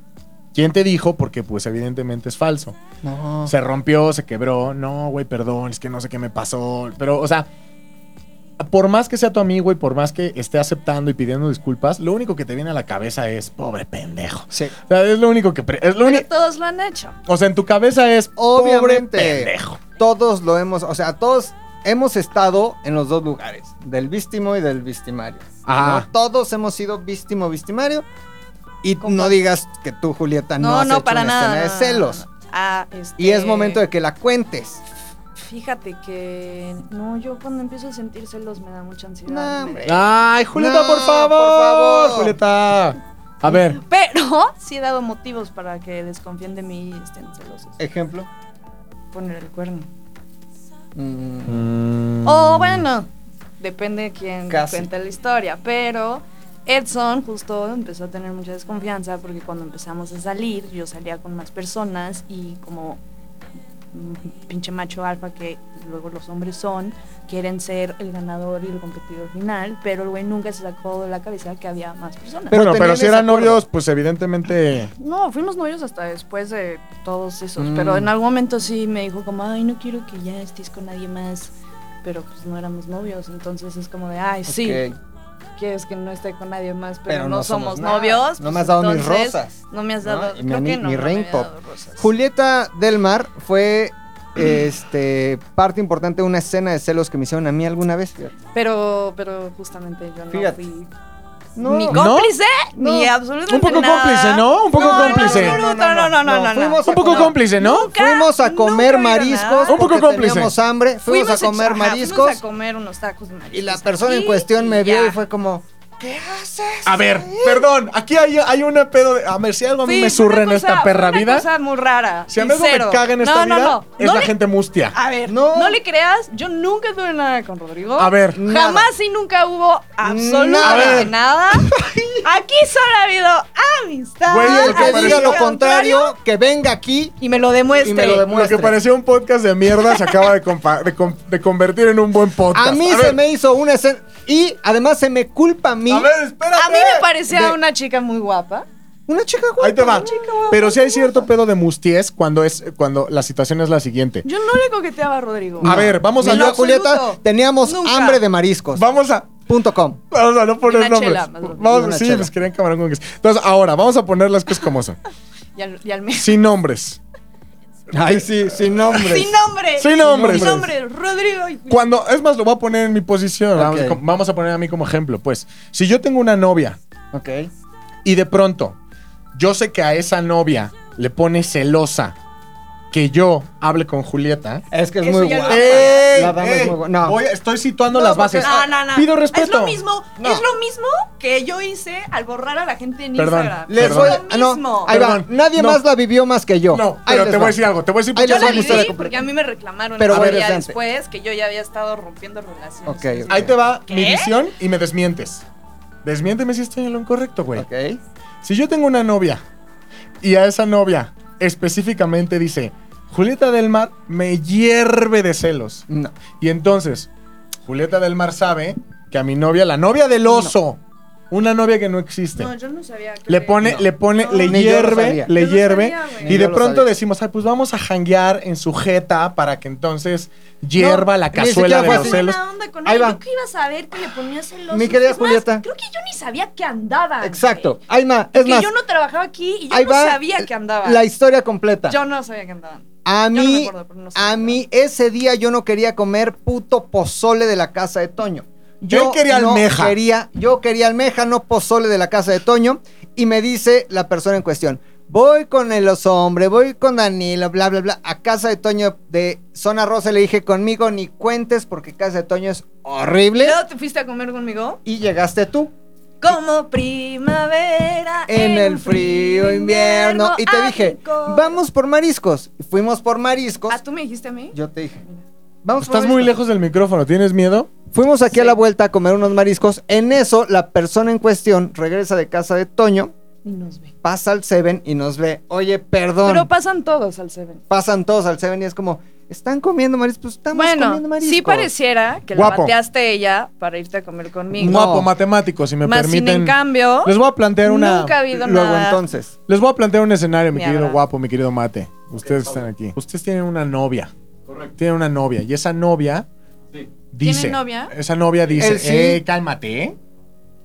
S2: ¿Quién te dijo? Porque, pues, evidentemente es falso.
S3: No.
S2: Se rompió, se quebró. No, güey, perdón, es que no sé qué me pasó. Pero, o sea, por más que sea tu amigo y por más que esté aceptando y pidiendo disculpas, lo único que te viene a la cabeza es, pobre pendejo.
S3: Sí.
S2: O sea, es lo único que. pre- Es lo
S4: Pero
S2: único.
S4: todos lo han hecho.
S2: O sea, en tu cabeza es.
S3: Obviamente.
S2: Pobre pendejo.
S3: Todos lo hemos, o sea, todos hemos estado en los dos lugares, del víctimo y del victimario.
S2: Ajá.
S3: ¿no? Todos hemos sido víctimo, victimario. Y no digas que tú, Julieta, Ah, no,
S4: No, no,
S3: has hecho
S4: para
S3: una
S4: nada.
S3: escena de celos.
S4: Ah, este,
S3: Y es momento de que la cuentes.
S4: Fíjate que. No, yo cuando empiezo a sentir celos me da mucha ansiedad.
S3: No,
S4: me-
S3: hombre.
S2: Ay, Julieta,
S3: No,
S2: por favor.
S3: por favor.
S2: Julieta. A ver.
S4: Pero sí he dado motivos para que desconfíen de mí y estén celosos.
S3: Ejemplo.
S4: Poner el cuerno.
S3: Mm,
S4: O Oh, bueno, depende de quién
S3: Casi.
S4: cuente la historia. Pero Edson justo empezó a tener mucha desconfianza porque cuando empezamos a salir, yo salía con más personas y como mm, pinche macho alfa que luego los hombres son, quieren ser el ganador y el competidor final, pero el güey nunca se sacó de la cabeza que había más personas.
S3: Pero
S2: bueno, pero
S3: tenían
S2: si eran
S3: ese acuerdo.
S2: novios, pues evidentemente.
S4: No, fuimos novios hasta después de todos esos,
S3: Mm.
S4: pero en algún momento sí me dijo como, ay, no quiero que ya estés con nadie más, pero pues no éramos novios, entonces es como de, ay, sí,
S3: ok.
S4: quieres que no esté con nadie más, pero,
S3: Pero
S4: no,
S3: no
S4: somos,
S3: somos nada.
S4: novios.
S3: No me
S4: pues,
S3: has dado mis
S4: entonces,
S3: rosas,
S4: No me has
S3: ¿no?
S4: dado,
S3: Y
S4: creo
S3: mi-
S4: que no,
S3: mi
S4: no
S3: ring
S4: me había
S3: pop.
S4: dado rosas.
S3: Julieta del Mar fue este, parte importante de una escena de celos que me hicieron a mí alguna vez.
S4: Pero, pero justamente yo no
S3: Fíjate.
S4: fui
S3: No.
S4: ni
S3: ¿No?
S4: cómplice,
S3: No.
S4: ni absolutamente
S2: Un poco
S4: nada.
S2: cómplice, ¿no? Un poco
S4: No, no,
S2: cómplice.
S4: No, no, no, no, no, no, no.
S3: Fuimos a
S2: Un poco
S3: comer-
S2: cómplice, ¿no?
S4: Nunca,
S3: Fuimos a comer
S4: nunca he ido
S3: mariscos.
S4: nada.
S2: Un poco
S3: porque
S2: cómplice.
S3: Teníamos hambre, fuimos, a comer
S4: ajá,
S3: mariscos.
S4: Fuimos a comer unos tacos de mariscos.
S3: Y la persona en
S4: aquí
S3: cuestión me vio
S4: ya.
S3: y fue como, ¿qué haces?
S2: A ver, perdón, aquí hay, hay una pedo de. A ver, si algo a mí
S4: Sí,
S2: me
S4: fue una
S2: surre en esta
S4: cosa-
S2: perra
S4: fue una
S2: vida.
S4: cosa muy rara.
S2: si algo me
S4: sincero.
S2: caga en esta
S4: No, no,
S2: vida,
S4: no.
S2: es
S4: No
S2: la
S4: le- Ah,
S2: gente mustia.
S4: A ver,
S3: No.
S4: no. le creas, yo nunca tuve nada con Rodrigo.
S2: A ver.
S3: nada.
S4: Jamás y nunca hubo
S3: Nada.
S2: A
S4: absolutamente
S2: ver.
S4: nada. Aquí solo ha habido amistad.
S2: Güey,
S3: Y el que
S2: Al
S3: diga lo
S2: contrario.
S3: contrario, que venga aquí.
S4: Y me lo demuestre.
S3: Y me lo demuestre.
S2: Lo que parecía un podcast de mierda se acaba de, compa- de, con- de convertir en un buen podcast.
S3: A mí
S2: A
S3: se
S2: ver,
S3: me hizo una escena. Y además se me culpa a mí.
S2: A ver, espérate.
S4: A mí me parecía
S3: De-
S4: una chica muy guapa.
S3: Una chica guapa.
S2: Ahí te va.
S3: una chica-
S2: Pero sí hay cierto pedo de mustiés cuando es cuando la situación es la siguiente.
S4: Yo no le coqueteaba a Rodrigo.
S2: A ver, vamos a
S3: Ni
S4: En
S3: yo,
S4: lo
S2: no,
S3: Julieta,
S4: absoluto.
S3: teníamos
S4: Nunca.
S3: hambre de mariscos.
S2: vamos a
S3: Punto com.
S2: vamos a no poner
S4: Una
S2: nombres.
S4: chela, más bien.
S2: vamos,
S3: Una
S2: sí,
S3: chela.
S2: pues querían camarón con queso. Entonces, ahora vamos a poner las cosas como son.
S4: Y al, y al mes.
S2: Sin nombres.
S3: Ay, sí, sin nombres.
S4: Sin nombre.
S2: Sin nombres.
S4: Sin nombre. Rodrigo. y-
S2: Cuando, es más, lo voy a poner en mi posición. Vamos,
S3: Ok.
S2: com- vamos a poner a mí como ejemplo. Pues, si yo tengo una novia
S3: Ok.
S2: y de pronto yo sé que a esa novia le pone celosa que yo hable con Julieta.
S3: Es que es
S4: Eso
S3: muy
S4: ya lo-
S3: guapa.
S2: ¡Ey!
S3: La dama es
S2: ¡Ey!
S3: muy guapa. No.
S2: Voy a- estoy situando
S4: No,
S2: las
S4: porque-
S2: bases.
S4: No, no, no.
S2: Pido respeto.
S4: Es lo mismo.
S2: No.
S4: Es lo mismo que yo hice al borrar a la gente en
S2: Perdón.
S4: Instagram.
S3: Les
S4: es
S2: Perdón.
S3: voy
S4: lo
S3: ah, no,
S4: mismo.
S3: ahí va.
S2: Perdón.
S3: Nadie
S2: No.
S3: más la vivió más que yo.
S2: No,
S3: Ahí
S2: pero
S3: les
S2: te voy
S3: va.
S2: a decir algo. Te voy a decir
S3: Ahí
S2: por
S4: yo
S2: qué
S3: les
S4: la
S3: voy
S2: son
S3: a
S2: ustedes-
S3: gustar
S4: viví
S3: de
S4: porque a mí me reclamaron
S3: Pero
S4: Pero
S3: bueno,
S4: días
S3: decente.
S4: después que yo ya había estado rompiendo relaciones.
S3: Ok, ok.
S2: Ahí te va
S4: ¿Qué?
S2: mi visión y me desmientes. Desmiénteme si estoy en lo incorrecto, güey.
S3: Ok.
S2: Si yo tengo una novia y a esa novia específicamente dice, Julieta del Mar me hierve de celos.
S3: No.
S2: Y entonces, Julieta del Mar sabe que a mi novia, la novia del oso, una novia que no existe,
S4: No, yo no sabía. que-
S2: le pone, le pone,
S4: No.
S2: le
S3: Ni yo lo
S2: hierve,
S3: sabía.
S2: le
S4: Yo no
S2: hierve.
S4: sabía, güey.
S2: y
S3: Ni
S2: de
S3: yo lo
S2: pronto
S3: sabía.
S2: decimos, ay, pues vamos a janguear en sujeta para que entonces hierva
S3: No,
S2: la
S3: ni siquiera
S2: cazuela de
S3: fue
S2: los
S3: así.
S2: celos.
S4: Mala Pues, onda con
S3: Ahí
S4: él.
S3: va.
S4: Yo que iba a saber que le ponía celoso.
S3: Mi querida Julieta.
S4: creo que yo ni sabía que andaba.
S3: Exacto. Ahí va. Es
S4: Porque
S3: más,
S4: Ah, yo no trabajaba aquí y yo
S3: ahí
S4: no
S3: va
S4: sabía que andaba.
S3: la historia completa.
S4: Yo no sabía que andaban.
S3: a
S4: yo no me
S3: mí,
S4: acuerdo, pero no sé.
S3: a mí, ese día yo no quería comer puto pozole de la casa de Toño. Yo
S2: Él quería
S3: no
S2: almeja.
S3: quería- yo quería almeja, no pozole de la casa de Toño. Y me dice la persona en cuestión: Voy con el oso hombre, voy con Danilo, bla, bla, bla. A casa de Toño de Zona Rosa le dije: Conmigo ni cuentes porque casa de Toño es horrible.
S4: ¿Luego te fuiste a comer conmigo?
S3: Y llegaste tú.
S4: Como primavera
S3: en el
S4: un
S3: frío invierno. Y te dije,
S4: ático.
S3: vamos por mariscos. Y fuimos por mariscos.
S4: Ah, tú me dijiste a mí.
S3: Yo te dije, vamos por
S2: Estás muy
S3: mariscos.
S2: lejos del micrófono, ¿tienes miedo?
S3: Fuimos aquí a
S4: Sí.
S3: la vuelta a comer unos mariscos. En eso, la persona en cuestión regresa de casa de Toño,
S4: Y nos ve.
S3: pasa al Seven y nos ve. Oye, perdón.
S4: Pero pasan todos al Seven.
S3: Pasan todos al Seven y es como, ¿están comiendo mariscos? Pues Estamos
S4: Bueno,
S3: comiendo mariscos.
S4: sí pareciera que la
S2: Guapo.
S4: bateaste a ella para irte a comer conmigo.
S3: No,
S2: Guapo, matemático, si me
S4: Más sin en
S2: permiten.
S4: cambio,
S2: Les voy a plantear una.
S4: nunca ha habido
S3: Luego
S4: nada.
S3: entonces.
S2: Les voy a plantear un escenario, mi
S4: Ni
S2: querido
S4: habrá.
S2: guapo, mi querido mate. Ustedes están aquí. Ustedes tienen una novia. Correcto. Tienen una novia. Y esa novia dice.
S4: ¿Tienen novia?
S2: Esa novia dice,
S3: Él sí.
S2: eh, cálmate. ¿eh".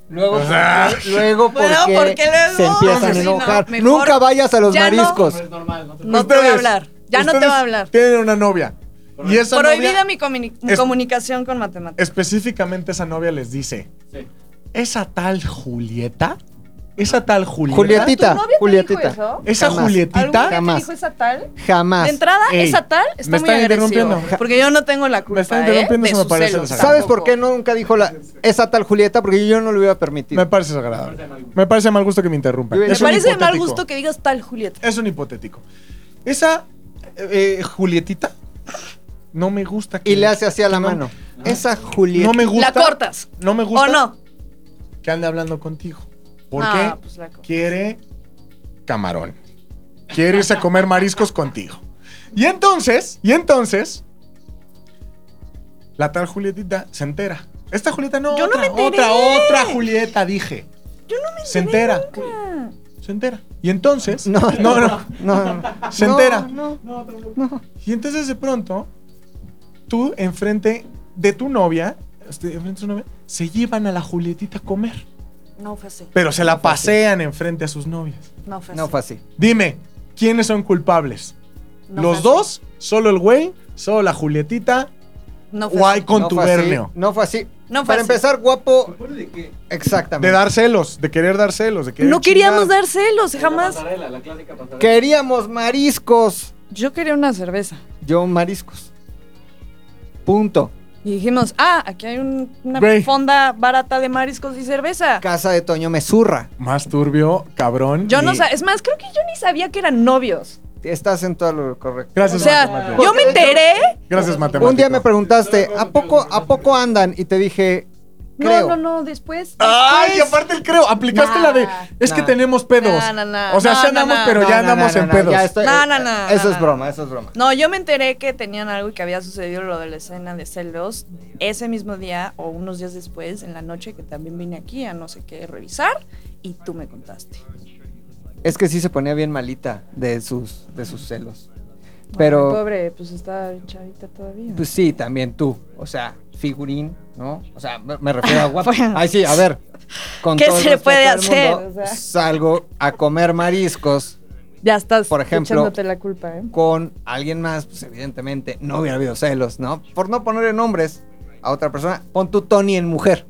S3: Luego,
S2: O sea.
S3: luego
S4: Bueno,
S3: porque,
S4: porque luego-
S3: se empiezan a
S4: Sí, no,
S3: enojar.
S4: mejor
S3: Nunca vayas a los
S4: ya no.
S3: mariscos.
S4: no te voy a
S2: Ustedes-
S4: hablar. Ya no te voy
S2: ustedes
S4: a hablar.
S2: Tienen una novia. Y esa
S4: Prohibida
S2: novia,
S4: mi, comuni- mi
S2: Es-
S4: comunicación con matemáticas.
S2: específicamente esa novia les dice, esa tal Julieta, esa tal Julieta,
S3: Julietita.
S4: ¿Tu novia te
S3: Julietita.
S4: dijo eso?
S2: esa
S3: Jamás.
S4: ¿Alguna
S2: Julietita,
S4: vez te
S3: Jamás.
S4: dijo esa tal?
S3: Jamás.
S4: De entrada,
S2: Ah, Ey,
S4: esa tal
S2: me
S4: está muy
S2: están interrumpiendo.
S4: agresivo. Porque yo no tengo la culpa,
S2: Me están
S4: ¿eh?
S2: interrumpiendo,
S4: de
S2: eso me
S4: sus
S2: parece
S4: celos.
S2: desagradable.
S3: ¿Sabes por qué nunca dijo la, esa tal Julieta? Porque yo no lo hubiera permitido.
S2: me parece desagradable. Me parece de mal gusto que me interrumpan.
S3: Me
S4: Me
S2: Es un
S4: parece de mal
S2: hipotético.
S4: gusto que digas tal, Julieta.
S2: Es un hipotético. Esa eh, eh, Julietita no me gusta. que-
S3: Y le hace así a la
S2: no-
S3: mano. Esa Julieta.
S2: No me gusta.
S4: La cortas.
S2: No me
S4: ¿O
S2: gusta
S4: no?
S2: que ande hablando contigo. Porque
S4: Ah, pues la cortas.
S2: quiere camarón. Quiere irse a comer mariscos contigo. Y entonces, y entonces, la tal Julietita se entera. Esta Julieta no,
S4: Yo no
S2: otra,
S4: me enteré.
S2: otra, otra Julieta, dije. Yo no me Se entera.
S4: Ah,
S2: Se entera. Y entonces.
S3: No,
S2: no, no.
S3: No, no.
S2: Se
S3: No,
S2: entera.
S3: no.
S2: Y entonces de pronto, tú enfrente de tu novia, este, enfrente de su novia, se llevan a la Julietita a comer.
S4: No fue así.
S2: Pero se la pasean enfrente a sus novias.
S4: No fue así.
S3: No fue así.
S2: Dime, ¿quiénes son culpables?
S4: No
S2: ¿Los
S4: fue así.
S2: dos? ¿Solo el güey? ¿Solo la Julietita?
S4: No fue
S2: ¿O
S4: así.
S2: hay contubernio?
S3: No fue así.
S4: No fue
S3: Para
S4: así.
S3: empezar, guapo. Exactamente.
S2: De dar celos, de querer dar celos, de querer
S4: No queríamos
S2: chingar.
S4: dar celos, jamás.
S3: Queríamos mariscos.
S4: Yo quería una cerveza.
S3: Yo mariscos. Punto.
S4: Y dijimos, ah, aquí hay un- una
S2: Güey.
S4: fonda barata de mariscos y cerveza.
S3: Casa de Toño me zurra.
S2: Más turbio, cabrón.
S4: Yo no
S2: y-
S4: sabía, es más, creo que yo ni sabía que eran novios.
S3: Estás en todo lo correcto.
S4: O
S2: Gracias,
S4: sea,
S2: matemático.
S4: yo me enteré
S2: Gracias, matemático.
S3: Un día me preguntaste, ¿a poco, ¿a poco andan? Y te dije, Creo.
S4: No, no, no, después.
S2: Ay,
S4: después-
S2: aparte el creo. Aplicaste
S4: Nah,
S2: la de. Es
S3: nah.
S2: que tenemos pedos.
S4: Nah, nah, nah.
S2: o sea,
S4: No,
S2: sí
S4: no,
S2: andamos,
S4: no.
S2: pero
S3: No,
S2: ya
S3: no, no,
S2: andamos
S3: no,
S2: en
S3: no,
S2: pedos.
S3: ya estoy-
S4: No, no, no,
S3: Eso
S4: no,
S3: es
S4: no.
S3: broma, eso es broma.
S4: No, yo me enteré que tenían algo y que había sucedido lo de la escena de celos ese mismo día o unos días después en la noche que también vine aquí a no sé qué revisar y tú me contaste.
S3: Es que sí se ponía bien malita de sus, de sus celos. Pero-
S4: Ay, pobre, pues está chavita todavía.
S3: Pues sí, también tú. O sea, figurín, ¿no? O sea, me, me refiero a guapo. Ay, sí, a ver. Con
S4: ¿Qué
S3: todo el
S4: se le
S3: respeto
S4: puede
S3: del
S4: hacer?
S3: mundo,
S4: O sea.
S3: Salgo a comer mariscos
S4: ya estás
S3: por ejemplo-
S4: echándote la culpa, ¿eh?
S3: con alguien más, pues evidentemente no hubiera habido celos, ¿no? Por no ponerle nombres a otra persona, pon tu Tony en mujer.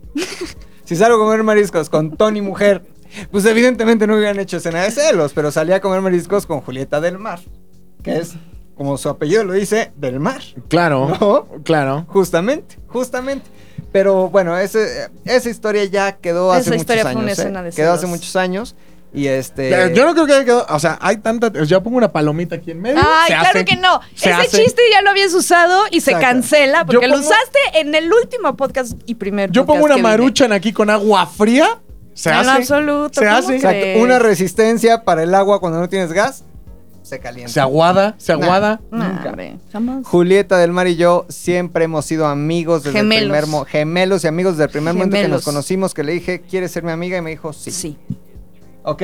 S3: si salgo a comer mariscos con Tony mujer, pues evidentemente no hubieran hecho escena de celos, pero salí a comer mariscos con Julieta del Mar, que es, como su apellido lo dice, del mar,
S2: Claro,
S3: ¿no?
S2: claro.
S3: Justamente, justamente. Pero bueno, ese- esa historia ya quedó
S4: Esa
S3: hace muchos
S4: historia fue
S3: años.
S4: una
S3: ¿eh?
S4: escena de
S3: Quedó hace
S4: celos.
S3: muchos años. Y este.
S2: Ya, Yo no creo que haya quedado. O sea, hay tanta. Ya pongo una palomita aquí en medio.
S4: Ay,
S2: se
S4: claro
S2: hace.
S4: que no.
S2: Se
S4: Ese
S2: hace.
S4: chiste ya lo habías usado y se
S3: Exacto.
S4: cancela
S2: Yo
S4: porque lo
S2: pongo-
S4: usaste en el último podcast y primer
S2: Yo
S4: podcast
S2: pongo una
S4: que vine.
S2: maruchan aquí con agua fría. Se
S4: En
S2: hace.
S4: absoluto,
S2: Se
S4: ¿cómo
S2: hace.
S4: crees?
S3: Exacto, una resistencia para el agua cuando no tienes gas se calienta.
S2: Se aguada, se
S3: Nah.
S2: aguada.
S4: No,
S3: Nunca.
S4: hombre, jamás.
S3: Julieta del Mar y yo siempre hemos sido amigos desde el
S4: Gemelos.
S3: primer mo- gemelos y amigos desde el primer momento que nos
S4: Gemelos.
S3: conocimos que le dije, ¿quieres ser mi amiga? Y me dijo, sí.
S4: Sí.
S3: ¿Ok?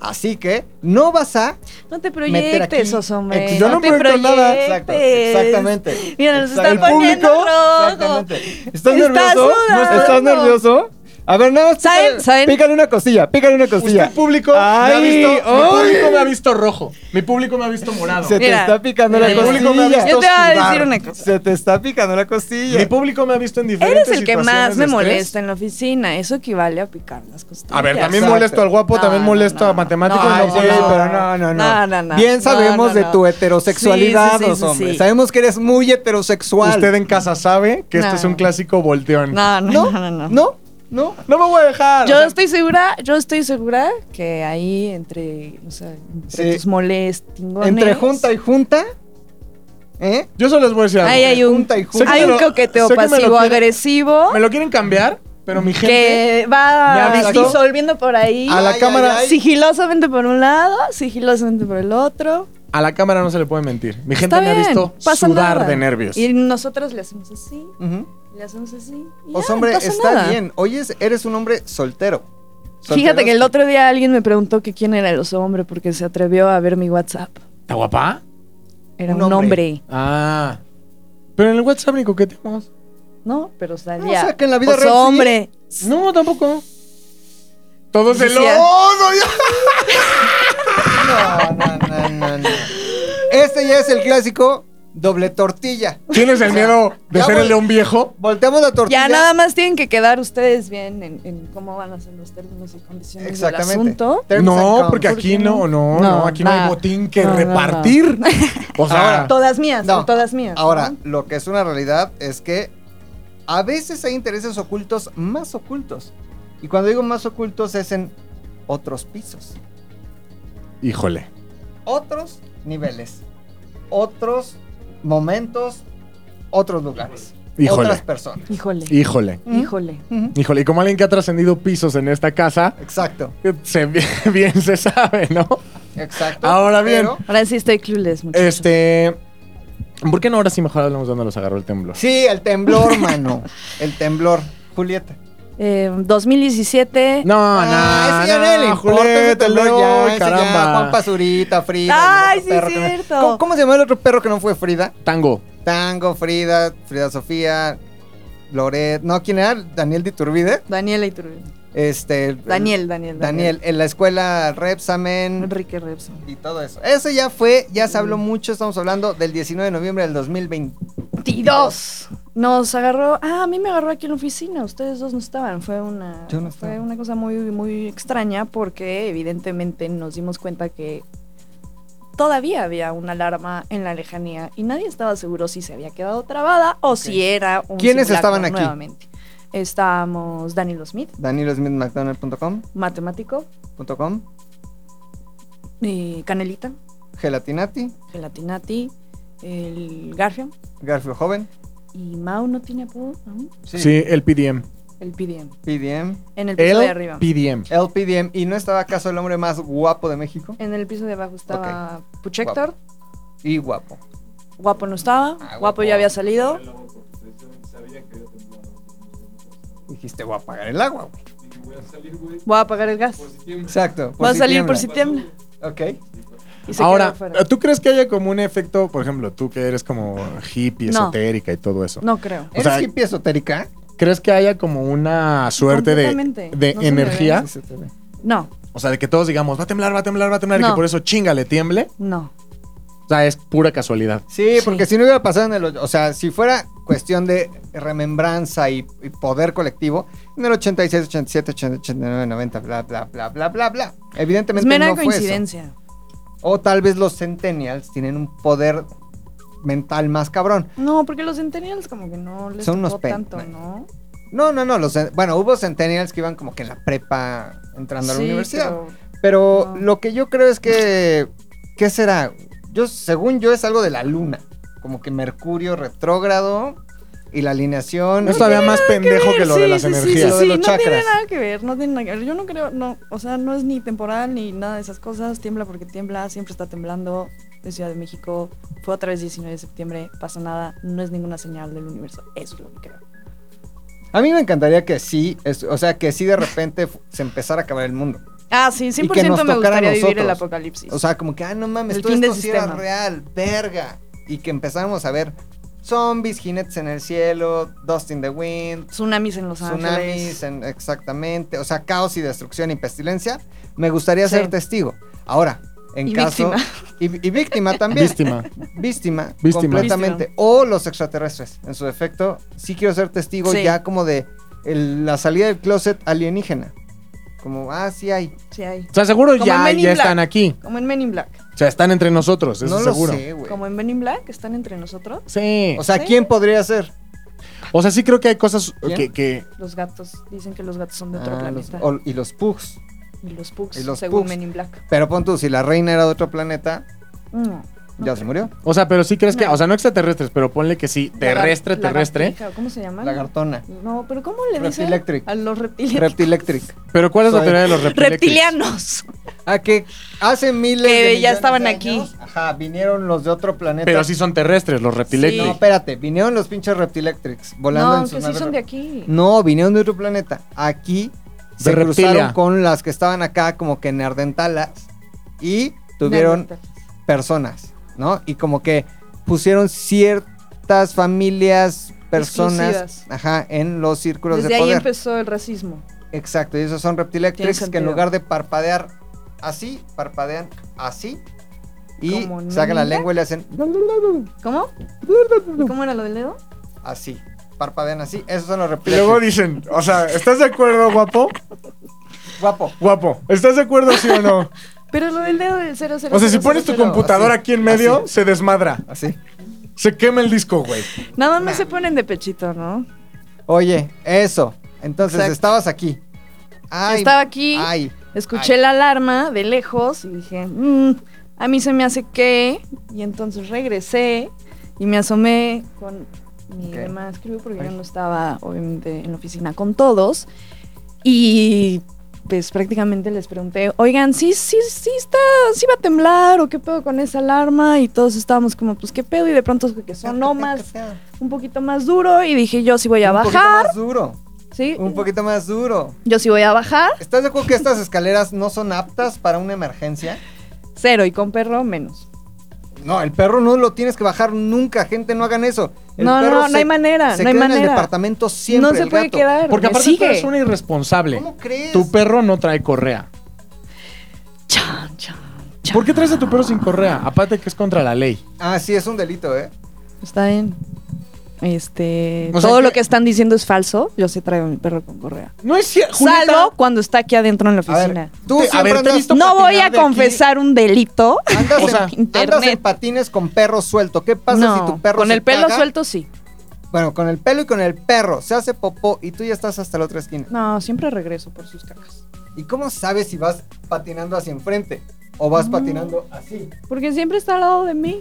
S3: Así que no vas a...
S4: No te
S3: Meter aquí-
S4: proyectes, oso, hombre.
S2: Yo no
S4: te
S2: proyecto nada.
S3: Exacto,
S4: proyectes.
S3: exactamente.
S4: Mira, nos
S3: Exacto.
S4: está poniendo rojo.
S3: Exactamente. ¿Estás
S4: Está
S3: nervioso?
S4: sudando.
S3: ¿Estás nervioso? A ver, nada más.
S4: ¿Saben?
S3: pícale-
S4: ¿Saben?
S3: Pícale una costilla, pícale una costilla.
S2: Usted, público,
S3: Ay,
S2: me ha visto, mi
S3: ay.
S2: público me ha visto rojo. Mi público me ha visto morado.
S3: Se te
S4: Mira,
S3: está picando
S4: mira,
S3: la
S4: mira.
S3: costilla.
S2: Público me ha visto
S4: Yo te voy a
S2: sudar.
S4: decir una cosa.
S3: Se te está picando la costilla.
S2: Mi público me ha visto en diferentes
S4: Eres el que
S2: situaciones
S4: más
S2: de
S4: me
S2: estrés.
S4: molesta en la oficina. Eso equivale a picar las costillas.
S2: A ver, también
S3: Exacto.
S2: molesto al guapo,
S4: No,
S2: también
S4: no,
S2: molesto
S4: no,
S2: a
S4: no.
S2: matemático.
S4: No,
S2: y
S3: Ay,
S2: no
S3: sí,
S2: puedo.
S3: pero no, no, no.
S4: No, no, no.
S3: Bien
S4: No,
S3: sabemos
S4: no,
S3: de
S4: no.
S3: tu heterosexualidad,
S4: Sí, sí, sí, sí,
S3: hombre.
S4: sí.
S3: Sabemos que eres muy heterosexual.
S2: Usted en casa sabe que este
S4: No.
S2: es un clásico volteón.
S4: No, no, no, no. no.
S3: ¿No? ¿No? No me voy a dejar.
S4: Yo
S3: O sea,
S4: estoy segura, yo estoy segura que ahí entre, o sea, entre
S3: Sí.
S4: tus molestingones.
S3: Entre junta y junta. ¿Eh?
S2: Yo solo les voy a decir algo.
S4: Ahí hay un,
S3: junta y junta.
S4: hay
S2: Sé que
S4: un
S2: me lo-
S4: coqueteo
S2: sé que me lo
S4: pasivo-agresivo
S2: Me lo quieren cambiar, pero mi gente.
S4: que
S2: ¿Me ha
S4: va
S2: visto?
S4: disolviendo por ahí.
S2: A la
S3: Ay,
S2: cámara.
S3: ay, ay.
S4: Sigilosamente por un lado, sigilosamente por el otro.
S2: A la cámara no se le puede mentir. Mi gente
S4: Está
S2: me ha
S4: bien,
S2: visto
S4: pasa
S2: sudar
S4: nada.
S2: de nervios.
S4: Y nosotros le hacemos así,
S3: Ujú.
S4: le hacemos así. y
S3: O
S4: ya,
S3: sea, Pues, hombre,
S4: no pasa
S3: está
S4: nada.
S3: bien. Oye, es- eres un hombre soltero.
S4: Fíjate que el
S3: Solteros-
S4: otro día alguien me preguntó que quién era el oso hombre porque se atrevió a ver mi WhatsApp.
S2: ¿Está guapa?
S4: Era
S3: Un
S4: un,
S3: hombre.
S4: hombre.
S2: Ah. Pero en el WhatsApp ni coqueteamos.
S4: ¿no? Pero
S3: No,
S4: salía.
S3: Ah, o sea, que en la vida
S4: oso
S3: real. sí.
S4: hombre.
S2: No, tampoco. Todos de
S4: Decía-
S2: lo.
S3: No, no, no, no, no. Este ya es el clásico doble tortilla.
S2: ¿Tienes el miedo de
S3: Ya
S2: ser
S3: voy.
S2: el león viejo?
S3: Volteamos la tortilla.
S4: Ya nada más tienen que quedar ustedes bien en, en cómo van a ser los términos y condiciones del
S3: Exactamente.
S4: asunto.
S3: Terms and
S2: No,
S3: conditions.
S2: porque
S4: ¿Por
S2: aquí
S4: qué
S2: no, no,
S4: no?
S2: no,
S4: No,
S2: aquí no hay
S4: nada.
S2: botín que
S4: No, no, no.
S2: repartir. O sea,
S3: Ahora,
S4: Todas mías,
S3: Ah. No.
S4: o todas mías.
S3: Ahora,
S4: ¿no?
S3: lo que es una realidad es que a veces hay intereses ocultos más ocultos. Y cuando digo más ocultos es en otros pisos,
S2: híjole.
S3: otros niveles, otros momentos, otros lugares, otras
S2: Híjole.
S3: personas.
S4: Híjole,
S2: Híjole.
S4: híjole.
S3: Ujú.
S2: Híjole, y como alguien que ha trascendido pisos en esta casa,
S3: Exacto,
S2: se, bien, bien se sabe, ¿no?
S3: exacto.
S2: Ahora bien.
S3: Pero-
S4: Ahora sí estoy clueless, muchachos.
S2: Este. ¿Por qué no ahora sí mejor hablamos de dónde los agarró el temblor?
S3: Sí, el temblor, mano. El temblor. Julieta.
S4: Eh, 2017.
S2: No, no,
S3: Ah, ese ya no le
S2: no,
S3: importa ese
S2: Julieta,
S3: temblor,
S2: no,
S3: ya, ese ya,
S2: caramba.
S3: Juan Pazurita, Frida.
S4: Ay,
S3: el otro
S4: sí,
S3: perro que no-
S4: cierto.
S3: ¿Cómo- ¿Cómo se llamó el otro perro que no fue Frida?
S2: Tango.
S3: Tango, Frida, Frida Sofía, Loret, no, ¿quién era? Daniel Diturbide.
S4: Daniela Iturbe.
S3: Este. el-
S4: Daniel, Daniel,
S3: Daniel, en la escuela Repsamen
S4: Enrique Repson.
S3: y todo eso. Eso ya fue, ya se habló mucho, estamos hablando del 19 de noviembre del 2020.
S4: 22. Nos agarró. Ah, a mí me agarró aquí en la oficina. Ustedes dos no estaban. Fue una,
S3: Yo no
S4: fue
S3: estaba.
S4: una cosa muy, muy extraña porque evidentemente nos dimos cuenta que todavía había una alarma en la lejanía y nadie estaba seguro si se había quedado trabada o si era un.
S3: ¿Quiénes
S4: simulacro
S3: estaban aquí?
S4: Nuevamente. Estábamos Danilo Smith,
S3: DanielSmithMcDonald.com,
S4: matemático,
S3: punto com,
S4: eh, Canelita,
S3: Gelatinati,
S4: Gelatinati, el Garfio
S3: Garfio Joven.
S4: y Mau no tiene apodo aún.
S2: Sí. el PDM.
S4: El PDM.
S3: PDM.
S4: En el piso de
S2: El
S4: arriba.
S2: PDM.
S3: El PDM. ¿Y no estaba acaso el hombre más guapo de México?
S4: En el piso de abajo estaba Puchector. Guapo.
S3: Y guapo.
S4: no estaba.
S3: Ah,
S4: guapo.
S3: guapo.
S4: ya había salido.
S3: Dijiste, voy a apagar el agua, güey.
S4: Voy a apagar el gas.
S3: Exacto.
S4: Va a salir por si
S3: tiembla.
S4: tiembla.
S3: Ok.
S4: Y se
S2: Ahora,
S4: quedó
S3: eh,
S4: afuera.
S2: ¿tú crees que haya como un efecto, por ejemplo, tú que eres como hippie,
S4: No.
S2: esotérica y todo eso?
S4: No creo.
S2: O
S3: ¿Eres
S2: sea,
S3: hippie esotérica?
S2: ¿Crees que haya como una suerte de,
S4: Completamente.
S2: de
S4: No se me
S2: energía?
S4: ve.
S3: Sí, se te ve.
S4: No,
S2: O sea, de que todos digamos, va a temblar, va a temblar, va a temblar, y que
S4: No.
S2: por eso chinga le tiemble.
S4: no.
S2: O sea, es pura casualidad.
S3: Sí,
S4: Sí.
S3: porque si no hubiera pasado en el... och- O sea, si fuera cuestión de remembranza y, y poder colectivo, en el 86, 87, 88, 89, 90, bla, bla, bla, bla, bla, bla.
S4: Es
S3: Evidentemente
S4: mera
S3: no fue eso.
S4: Pues coincidencia.
S3: O tal vez los centennials tienen un poder mental más cabrón.
S4: No, porque los centennials como que no les
S3: Son unos
S4: tocó
S3: pen-
S4: tanto, ¿no?
S3: No, no, no. Los, cen- bueno, hubo centennials que iban como que en la prepa entrando a la
S4: Sí,
S3: universidad. Pero,
S4: pero no.
S3: lo que yo creo es que... ¿Qué será? Yo, según yo, es algo de la luna. Como que Mercurio retrógrado y Ah, la alineación...
S2: No es todavía más pendejo
S4: ver,
S2: que lo de
S4: sí,
S2: las
S4: sí, sí,
S2: energías.
S3: Lo
S4: Sí,
S3: de
S4: sí,
S3: los
S4: no
S3: chakras.
S4: tiene nada que ver, no tiene nada que ver. Yo no creo, no, o sea, no es ni temporal ni nada de esas cosas. Tiembla porque tiembla, siempre está temblando. De Ciudad de México, fue otra vez 19 de septiembre, pasa nada, no es ninguna señal del universo. Eso es lo que creo.
S3: A mí me encantaría que sí, es- o sea, que sí de repente fu- se empezara a acabar el mundo.
S4: Ah, sí,
S3: Y que nos
S4: 100% me
S3: tocara a
S4: gustaría vivir
S3: nosotros.
S4: el apocalipsis.
S3: O sea, como que, ah, no mames,
S4: El
S3: todo
S4: fin del
S3: esto sí era
S4: sistema.
S3: real, verga. Y que empezáramos a ver zombies, jinetes en el cielo, dust in the wind,
S4: tsunamis en Los Ángeles.
S3: tsunamis, en- exactamente. O sea, caos y destrucción y pestilencia. Me gustaría
S4: Sí.
S3: ser testigo. Ahora, en
S4: Y
S3: caso...
S4: víctima.
S3: Y, y víctima también.
S2: Víctima.
S3: víctima,
S2: Víctima.
S3: completamente. O los extraterrestres, en su defecto. Sí quiero ser testigo
S4: Sí.
S3: ya como de el- la salida del closet alienígena. Como, ah, sí hay.
S2: Pues
S4: Sí, hay.
S2: O sea, seguro
S4: Como en
S2: ya,
S4: Men in
S2: ya están
S4: Black.
S2: aquí.
S4: Como en Men in Black.
S2: O sea, están entre nosotros, eso
S3: no lo
S2: seguro.
S3: sé, güey.
S4: Como en Men in Black, están entre nosotros
S2: Sí.
S3: O sea,
S4: Sí.
S3: ¿quién podría ser?
S2: O sea, sí creo que hay cosas
S3: ¿Quién?
S2: que, que-
S4: los gatos. Dicen que los gatos son de otro
S3: Ah, los-
S4: planeta.
S3: o- y los pugs.
S4: y los pugs,
S3: y los
S4: según
S3: pugs.
S4: Men in Black.
S3: Pero pon tú, si la reina era de otro planeta,
S4: No, no
S3: ya
S4: creo.
S3: se murió.
S2: O sea, pero sí crees que...
S4: No.
S2: O sea, no extraterrestres, pero ponle que sí. Terrestre,
S4: Lagar-
S2: terrestre.
S4: lagartija, ¿Cómo se llama?
S3: Lagartona.
S4: No, pero ¿cómo le dicen?
S3: Reptilectric.
S4: A los reptilianos.
S3: Reptilectric.
S2: Pero ¿cuál es la
S3: Soy-
S2: teoría de los reptiles?
S4: reptilianos.
S3: A Ah, que hace miles
S4: Que
S3: de
S4: ya
S3: millones
S4: estaban
S3: de
S4: aquí.
S3: años, Ajá, vinieron los de otro planeta.
S2: Pero sí son terrestres, los reptilectric.
S3: No, espérate, vinieron los pinches Reptilectrics volando
S4: no,
S3: en sus
S4: que sí
S3: naves
S4: son
S3: rep-
S4: de aquí.
S3: No, vinieron de otro planeta. Aquí
S2: De
S3: se
S2: reptilia.
S3: cruzaron con las que estaban acá como que neardentalas y tuvieron personas, ¿no? Y como que pusieron ciertas familias, personas,
S4: Exclusivas.
S3: ajá, en los círculos
S4: Desde
S3: de
S4: ahí
S3: poder.
S4: empezó el racismo.
S3: Exacto, y esos son
S4: Tiene
S3: reptilectrics que
S4: sentido.
S3: en lugar de parpadear así, parpadean así y
S4: Como no
S3: sacan la
S4: mira.
S3: lengua y le hacen
S4: ¿Cómo? ¿Y ¿Cómo era lo del dedo?
S3: así, parpadean así, esos son los
S2: Y luego
S3: reptilectrics.
S2: dicen, o sea, ¿estás de acuerdo, guapo?
S3: Guapo.
S2: Guapo, ¿estás de acuerdo sí o no?
S4: Pero lo del dedo del 00.
S2: O sea, si pones tu computadora
S3: así,
S2: aquí en medio,
S3: así.
S2: se desmadra.
S3: Así.
S2: Se quema el disco, güey.
S4: Nada más se ponen de pechito, ¿no?
S3: Oye, eso. Entonces
S4: Exacto.
S3: estabas aquí. Ay,
S4: Estaba aquí,
S3: Ay,
S4: escuché la alarma de lejos y dije, "Mm, a mí se me hace que. Y entonces regresé y me asomé con mi
S3: Ok.
S4: demás crew porque yo
S3: Ay.
S4: no estaba, obviamente, en la oficina con todos. Y pues prácticamente les pregunté, oigan, sí, sí, sí está, sí va a temblar o qué pedo con esa alarma. Y todos estábamos como, pues qué pedo. Y de pronto que sonó más, un poquito más duro y dije, yo sí voy a
S3: un poquito
S4: bajar.
S3: más duro.
S4: Sí,
S3: Un poquito más duro.
S4: yo sí voy a bajar.
S3: ¿Estás de acuerdo que estas escaleras no son aptas para una emergencia?
S4: Cero y con perro menos.
S3: No, el perro no lo tienes que bajar nunca, gente, no hagan eso. El
S4: No, no,
S3: perro
S4: no, no hay manera,
S3: se
S4: no hay
S3: queda en el
S4: manera.
S3: departamento siempre.
S4: no se
S3: el
S4: puede
S3: gato.
S4: quedar.
S2: Porque
S4: me
S2: aparte tú
S4: sigue.
S2: eres una irresponsable.
S3: ¿Cómo crees?
S2: Tu perro no trae correa.
S4: Chan, chan, chan.
S2: ¿Por qué traes a tu perro sin correa? Aparte que es contra la ley.
S3: Ah, sí, es un delito, ¿eh?
S4: Está bien. Este,
S2: O sea
S4: todo
S2: que-
S4: lo que están diciendo es falso. Yo sí traigo a mi perro con correa.
S2: No es cierto. Julieta,
S4: Salvo cuando está aquí adentro en la
S3: A ver,
S4: oficina.
S3: tú
S2: Te- a
S3: siempre
S2: ver, te he
S3: andas-
S2: visto
S4: no voy
S2: patinar
S4: a
S2: de aquí.
S4: confesar un delito.
S3: Andas,
S2: O sea,
S3: en, andas en
S4: internet.
S3: patines con perro suelto. ¿Qué pasa
S4: no,
S3: si tu perro
S4: con
S3: se
S4: el pelo
S3: caga?
S4: suelto sí.
S3: Bueno, con el pelo y con el perro. Se hace popó y tú ya estás hasta la otra esquina.
S4: No, siempre regreso por sus cajas.
S3: ¿Y cómo sabes si vas patinando hacia enfrente?
S4: Mm.
S3: ¿O vas patinando así?
S4: Porque siempre está al lado de mí.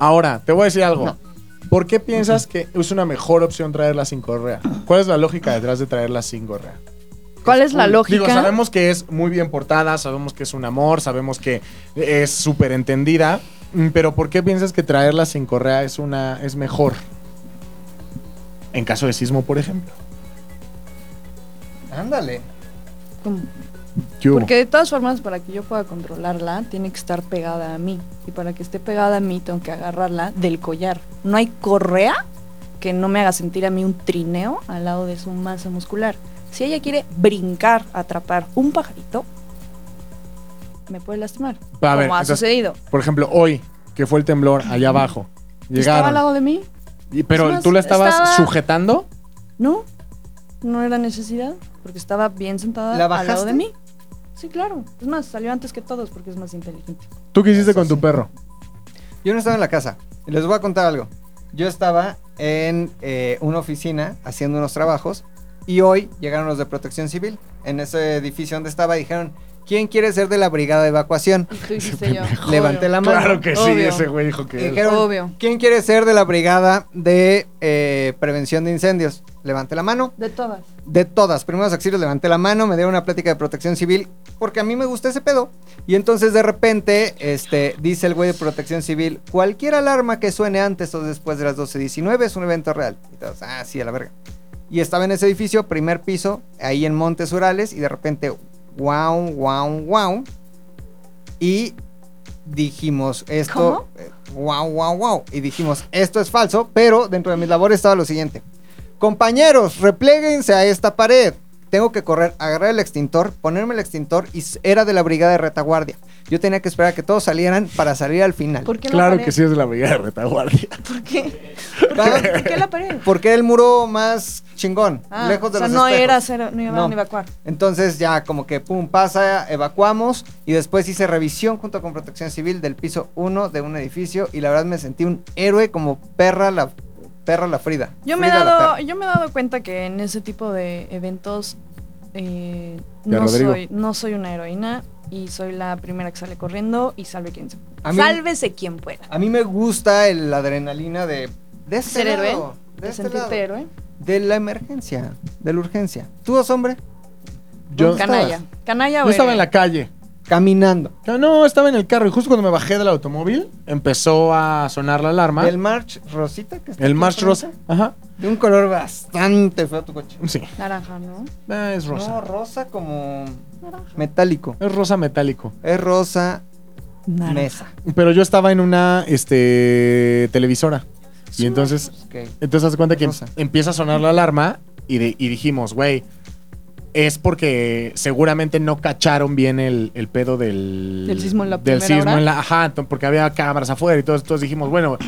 S2: Ahora, te voy a decir algo.
S3: No.
S2: ¿Por qué piensas que es una mejor opción traerla sin correa? ¿Cuál es la lógica detrás de traerla sin correa?
S4: ¿Cuál es la lógica?
S2: Digo, sabemos que es muy bien portada, sabemos que es un amor, sabemos que es súper entendida, mm, pero ¿por qué piensas que traerla sin correa es una es mejor? En caso de sismo, por ejemplo.
S3: Ándale.
S4: ¿Cómo?
S2: ¿Qué hubo?
S4: Porque de todas formas, para que yo pueda controlarla, tiene que estar pegada a mí. Y para que esté pegada a mí, tengo que agarrarla del collar. No hay correa que no me haga sentir a mí un trineo al lado de su masa muscular. Si ella quiere brincar, atrapar un pajarito, me puede lastimar.
S2: Va, a ver,
S4: como ha
S2: entonces,
S4: sucedido.
S2: Por ejemplo, hoy, que fue el temblor allá abajo.
S4: ¿Estaba al
S2: Llegaron.
S4: lado de mí?
S2: y- pero
S4: Es más,
S2: tú la estabas
S4: estaba-
S2: sujetando.
S4: No, no era necesidad, porque estaba bien sentada
S3: ¿La
S4: al lado
S3: bajaste?
S4: de mí. Sí, claro. Es más, salió antes que todos porque es más inteligente.
S2: ¿Tú qué hiciste
S3: Eso
S2: con tu
S3: sí.
S2: perro?
S3: Yo no estaba en la casa. Y Les voy a contar algo. Yo estaba en eh, una oficina haciendo unos trabajos y hoy llegaron los de protección civil. En ese edificio donde estaba dijeron, ¿quién quiere ser de la brigada de evacuación?
S4: Y tú dijiste yo.
S3: Levanté la mano.
S4: Obvio.
S2: güey dijo
S3: Y
S2: él.
S3: dijeron,
S4: Obvio.
S3: ¿quién quiere ser de la brigada de eh, prevención de incendios? Levanté la mano.
S4: De todas.
S3: de todas. Primeros auxilios, levanté la mano, me dieron una plática de protección civil, porque a mí me gusta ese pedo. Y entonces de repente, este, dice el güey de protección civil, cualquier alarma que suene antes o después de las 12.19 es un evento real. Y todos, ah, sí, a la verga. Y estaba en ese edificio, primer piso, ahí en Montes Urales, y de repente, wow, wow, wow. Y dijimos esto, eh, wow, wow, wow. Y dijimos, esto es falso, pero dentro de mis labores estaba lo siguiente. Compañeros, repléguense a esta pared. Tengo que correr, agarrar el extintor, ponerme el extintor y s- era de la brigada de retaguardia. Yo tenía que esperar a que todos salieran para salir al final.
S4: ¿Por qué la
S2: Claro
S4: pared?
S2: que sí es de la brigada de retaguardia.
S4: ¿Por qué?
S3: Cada-
S4: ¿Por qué la pared?
S3: Porque era el muro más chingón,
S4: Ah,
S3: lejos de
S4: o sea,
S3: los
S4: no
S3: espejos.
S4: era cero, no iban
S3: No.
S4: a evacuar.
S3: Entonces ya como que pum, pasa, evacuamos y después hice revisión junto con Protección Civil del piso 1 de un edificio y la verdad me sentí un héroe como perra la perra la Frida.
S4: Yo me, he
S3: Frida la
S4: dado,
S3: perra.
S4: yo me he dado cuenta que en ese tipo de eventos eh,
S2: Ya,
S4: no,
S2: Rodrigo.
S4: soy, no soy una heroína y soy la primera que sale corriendo y salve quien se
S3: A mí-
S4: Sálvese quien pueda.
S3: A mí me gusta el- la adrenalina de de este
S4: Ser
S3: lado,
S4: héroe,
S3: de,
S4: De
S3: este
S4: sentirte
S3: lado,
S4: héroe.
S3: de la emergencia, de la urgencia. ¿Tú dos, hombre?
S2: Yo,
S3: Nunca.
S4: Canalla. Canalla o
S2: yo estaba
S4: héroe.
S2: en la calle.
S3: Caminando.
S2: No, No, estaba en el carro y justo cuando me bajé del automóvil empezó a sonar la alarma.
S3: El March Rosita que está
S2: El
S3: aquí
S2: March
S3: enfrente,
S2: Rosa. Ajá.
S3: De un color bastante feo tu coche.
S2: Sí.
S4: Naranja, ¿no?
S2: Ah, es rosa.
S3: No, rosa como
S4: Naranja.
S3: metálico.
S2: Es rosa metálico.
S3: Es rosa mesa.
S2: Pero yo estaba en una este, televisora. Y entonces,
S3: Ok.
S2: entonces haz de cuenta que
S3: Rosa.
S2: empieza a sonar la alarma y, de- y dijimos, güey, es porque seguramente no cacharon bien el, el pedo del...
S4: Del sismo en la
S2: del
S4: primera
S2: sismo
S4: hora.
S2: en la- Ajá, ento- porque había cámaras afuera y todos, todos dijimos, bueno,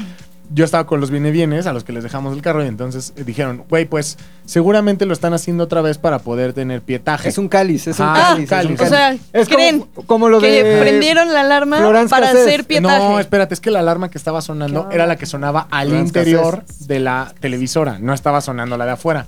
S2: yo estaba con los bienes a los que les dejamos el carro y entonces eh, dijeron, güey, pues seguramente lo están haciendo otra vez para poder tener pietaje.
S3: Es un cáliz, es un
S2: Ah,
S3: cáliz.
S2: cáliz.
S3: es un
S4: O sea,
S3: Es como-
S4: creen
S3: como, lo
S4: que
S3: de
S4: prendieron la alarma
S3: Florence
S4: para
S3: Cassés.
S4: hacer pietaje.
S2: No, espérate, es que la alarma que estaba sonando
S4: Claro.
S2: era la que sonaba al
S3: Las
S2: interior de la televisora, no estaba sonando la de afuera.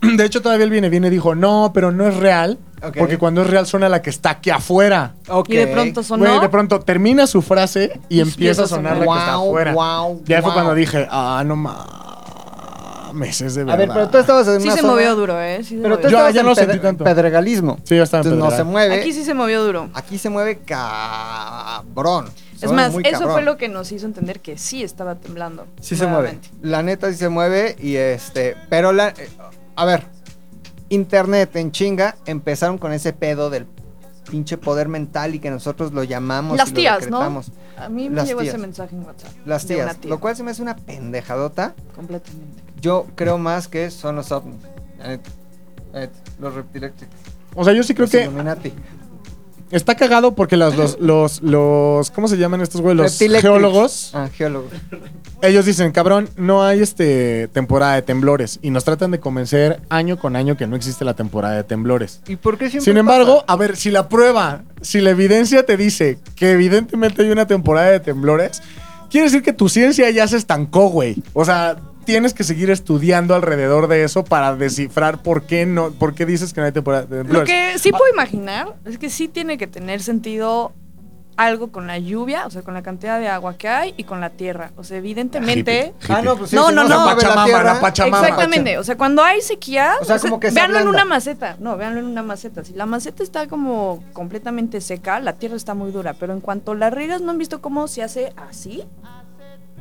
S2: De hecho, todavía él viene, viene y dijo, no, pero no es real,
S3: Ok.
S2: porque cuando es real suena la que está aquí afuera.
S3: Ok.
S4: Y de pronto sonó.
S2: Güey, de pronto termina su frase y empieza a sonar la que está
S3: Guau,
S2: afuera.
S3: guau,
S2: Ya fue
S3: guau.
S2: cuando dije, ah, no mames, es de
S3: A
S2: verdad.
S3: ver, pero tú estabas en
S4: Sí
S3: una
S4: se
S3: zona-
S4: movió duro, ¿eh? Sí se
S3: Pero tú
S4: movió.
S2: Yo
S3: estabas
S2: allá
S3: en
S2: no sentí
S3: pedre-
S2: tanto.
S3: pedregalismo.
S2: Sí, yo estaba en
S3: Entonces no
S2: Pedregal.
S3: se mueve.
S4: Aquí sí se movió duro.
S3: Aquí se mueve cabrón.
S4: Es más, eso fue lo que nos hizo entender que sí estaba temblando.
S3: Sí se mueve.
S4: nuevamente.
S3: La neta sí se mueve y este... Pero la... eh, A ver. Internet en chinga empezaron con ese pedo del pinche poder mental y que nosotros lo llamamos
S4: Las
S3: y lo
S4: tías, ¿no?
S3: decretamos.
S4: A mí me
S3: Las
S4: llegó
S3: tías.
S4: ese mensaje en WhatsApp.
S3: Las
S4: de una
S3: tías. Lo cual se me hace una pendejadota.
S4: Completamente.
S3: Yo creo más que son los ovnis. La neta. La neta. Los reptiléctricos.
S2: O sea, yo sí creo
S3: Los
S2: que
S3: Illuminati.
S2: está cagado porque los, los, los, los- ¿cómo se llaman estos güey? Los
S3: Reptiléctricos.
S2: geólogos.
S3: Ah, geólogos.
S2: Ellos dicen, cabrón, no hay este temporada de temblores y nos tratan de convencer año con año que no existe la temporada de temblores.
S3: ¿Y por qué siempre
S2: Sin embargo,
S3: pasa?
S2: a ver, si la prueba, si la evidencia te dice que evidentemente hay una temporada de temblores, quiere decir que tu ciencia ya se estancó, güey. O sea, tienes que seguir estudiando alrededor de eso para descifrar por qué no, por qué dices que no hay temporada de
S4: Lo
S2: temblores.
S4: que sí puedo imaginar es que sí tiene que tener sentido algo con la lluvia, o sea, con la cantidad de agua que hay y con la tierra. O sea, evidentemente.
S2: Hippie.
S3: Ah, no, pues sí,
S4: No,
S3: si
S4: no,
S3: se
S4: no.
S3: mueve la
S2: Pachamama,
S3: tierra,
S2: la Pachamama.
S4: Exactamente, o sea, cuando hay sequía,
S3: O sea, como que se
S4: véanlo en
S3: ablanda.
S4: una maceta, no, véanlo en una maceta. Si la maceta está como completamente seca, la tierra está muy dura, pero en cuanto la riegas, ¿no han visto cómo se hace así?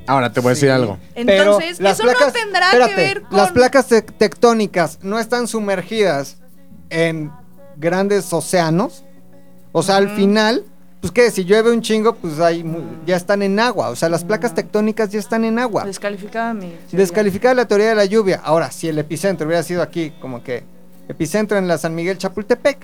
S2: Ahora te voy a decir
S3: Sí.
S2: algo.
S3: Pero
S4: Entonces,
S3: las
S4: eso no
S3: placas-
S4: tendrá
S3: espérate,
S4: que ver con...
S3: Las placas tec- tectónicas no están sumergidas en grandes océanos. O sea, al
S4: Ujú.
S3: final, pues qué, si llueve un chingo, pues ahí mu- ya están en agua. O sea, las placas tectónicas ya están en agua.
S4: Descalificada mi... teoría.
S3: Descalificada la teoría de la lluvia. Ahora, si el epicentro hubiera sido aquí, como que epicentro en la San Miguel Chapultepec,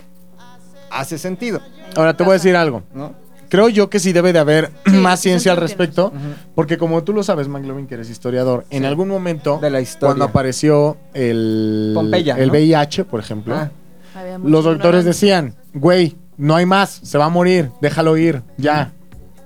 S3: hace sentido,
S2: Ahora te voy a decir algo.
S3: ¿no?
S2: Creo yo que sí debe de haber
S4: Sí,
S2: más
S4: sí,
S2: ciencia al
S4: sí, entiendo.
S2: respecto, porque como tú lo sabes, McLovin, que eres historiador, en algún momento,
S3: De la historia.
S2: cuando apareció el,
S3: Pompeya,
S2: el
S3: ¿no?
S2: VIH, por ejemplo,
S3: Ah,
S4: Había mucha
S2: los doctores
S4: ignorancia.
S2: decían, güey, no hay más, se va a morir, déjalo ir, ya,